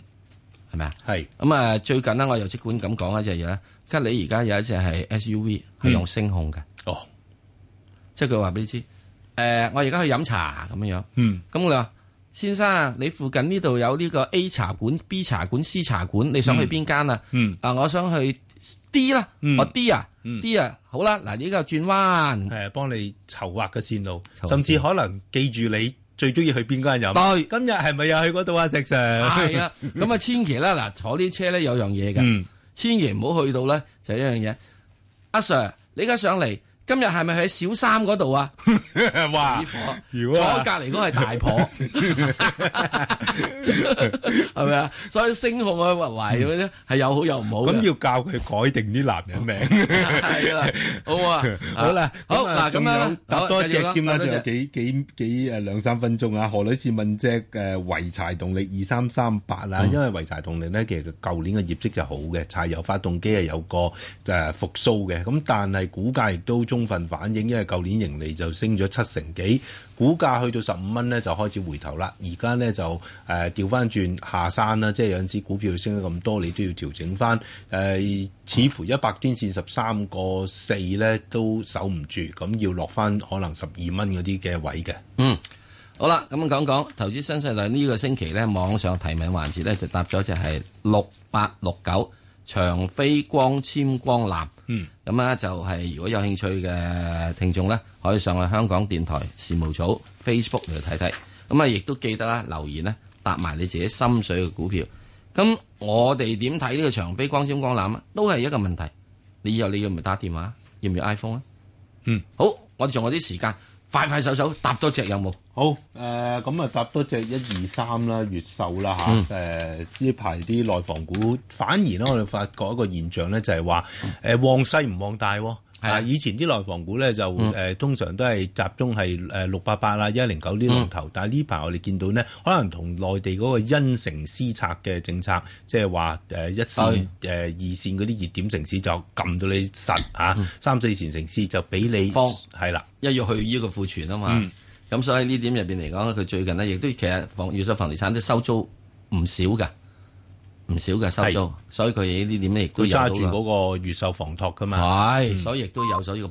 C: 係咪啊？
D: 係
C: 咁啊，最近呢，我又即管咁講一隻嘢啦。吉利而家有一隻係 SUV 係
D: 嗯
C: 用聲控嘅，
D: 哦
C: 即係佢話俾你知，誒、呃我而家去飲茶咁樣樣。
D: 嗯
C: 咁我話先生，你附近呢度有呢個 A 茶館、B 茶館、C 茶館，你想去邊間啊？
D: 嗯
C: 啊，我想去 D 啦，
D: 嗯
C: 我 D 啊
D: 嗯
C: ，D 啊，好啦，嗱，呢個轉 彎。
D: 誒，幫你籌劃嘅線路，
C: 籌劃
D: 甚至可能記住你最中意去邊間飲。
C: 對
D: 今日係咪又去嗰度啊？石 Sir
C: 係啊，咁啊，千祈啦，嗱，坐啲車咧有樣嘢嘅，
D: 嗯
C: 千祈唔好去到咧，就一樣嘢。阿 Sir，你而家上嚟今日係咪喺小三嗰度啊？
D: 哇！如
C: 坐
D: 果
C: 我
D: 啊
C: 隔離嗰個係大婆， 係咪啊？所以星控啊、懷咁啫，係有好有唔好嘅
D: 咁要教佢改定啲男人 名。
C: 係啦，好唔好啊？
D: 好啦，
C: 好
D: 啊
C: 嗱，咁
D: 仲
C: 樣
D: 有
C: 啦
D: 答
C: 好
D: 多
C: 繼
D: 隻
C: 續啦
D: 添啦，
C: 答多
D: 仲有
C: 隻
D: 幾幾幾誒兩三分鐘啊！何女士問隻誒維柴動力二三三八啊，
C: 嗯
D: 因為維柴動力咧其實舊年嘅業績就好嘅，柴油發動機係有個誒復甦嘅，咁但係股價亦都充分反映，因為舊年盈利就升咗七成幾，股價去到十五蚊咧就開始回頭啦。而家咧就呃誒調翻轉下山啦，即係有陣時股票升得咁多，你都要調整翻誒。似乎一百天線十三個四咧都守唔住，咁要落翻可能十二蚊嗰啲嘅位嘅。
C: 嗯好啦，咁講講投資新世代呢個星期咧，網上提名環節咧就答咗就係六八六九長飛光纖光纜。嗯，咁啊就係如果有興趣嘅聽眾咧，可以上去香港電台事務組 Facebook 嚟睇睇。咁啊，亦都記得啦，留言咧答埋你自己心水嘅股票。咁我哋點睇呢個長飛光纖光纜啊？都係一個問題。你以後你要唔要打電話？要唔要 iPhone 啊？
D: 嗯，
C: 好，我哋仲有啲時間，快快手手答多隻有冇？
D: 好，誒咁啊，搭多隻一二三啦，越秀啦
C: 嗯
D: 嚇，誒呢排啲內房股反而咧，我哋發覺一個現象咧，就係話誒旺勢唔旺大喎。
C: 嗯係啊嗯
D: 啊！以前啲內房股咧就誒、呃通常都係集中係誒六八八啦、一零九啲
C: 嗯
D: 龍頭，但係呢排我哋見到咧，可能同內地嗰個因城施策嘅政策，即係話誒一線誒二線嗰啲熱點城市就撳到你實嚇，啊三四線城市就俾你
C: 嗯放
D: 係啦。
C: 一要去呢個庫存啊嘛。
D: 嗯
C: 咁、所以呢點入邊嚟講咧，佢最近呢亦都其實房越秀房地產都收租唔少噶，唔少嘅收租，所以佢呢點咧亦都
D: 佢
C: 有到
D: 揸住嗯
C: 㗎
D: 嗰個越秀房託噶嘛。
C: 係，所以亦都有咗呢個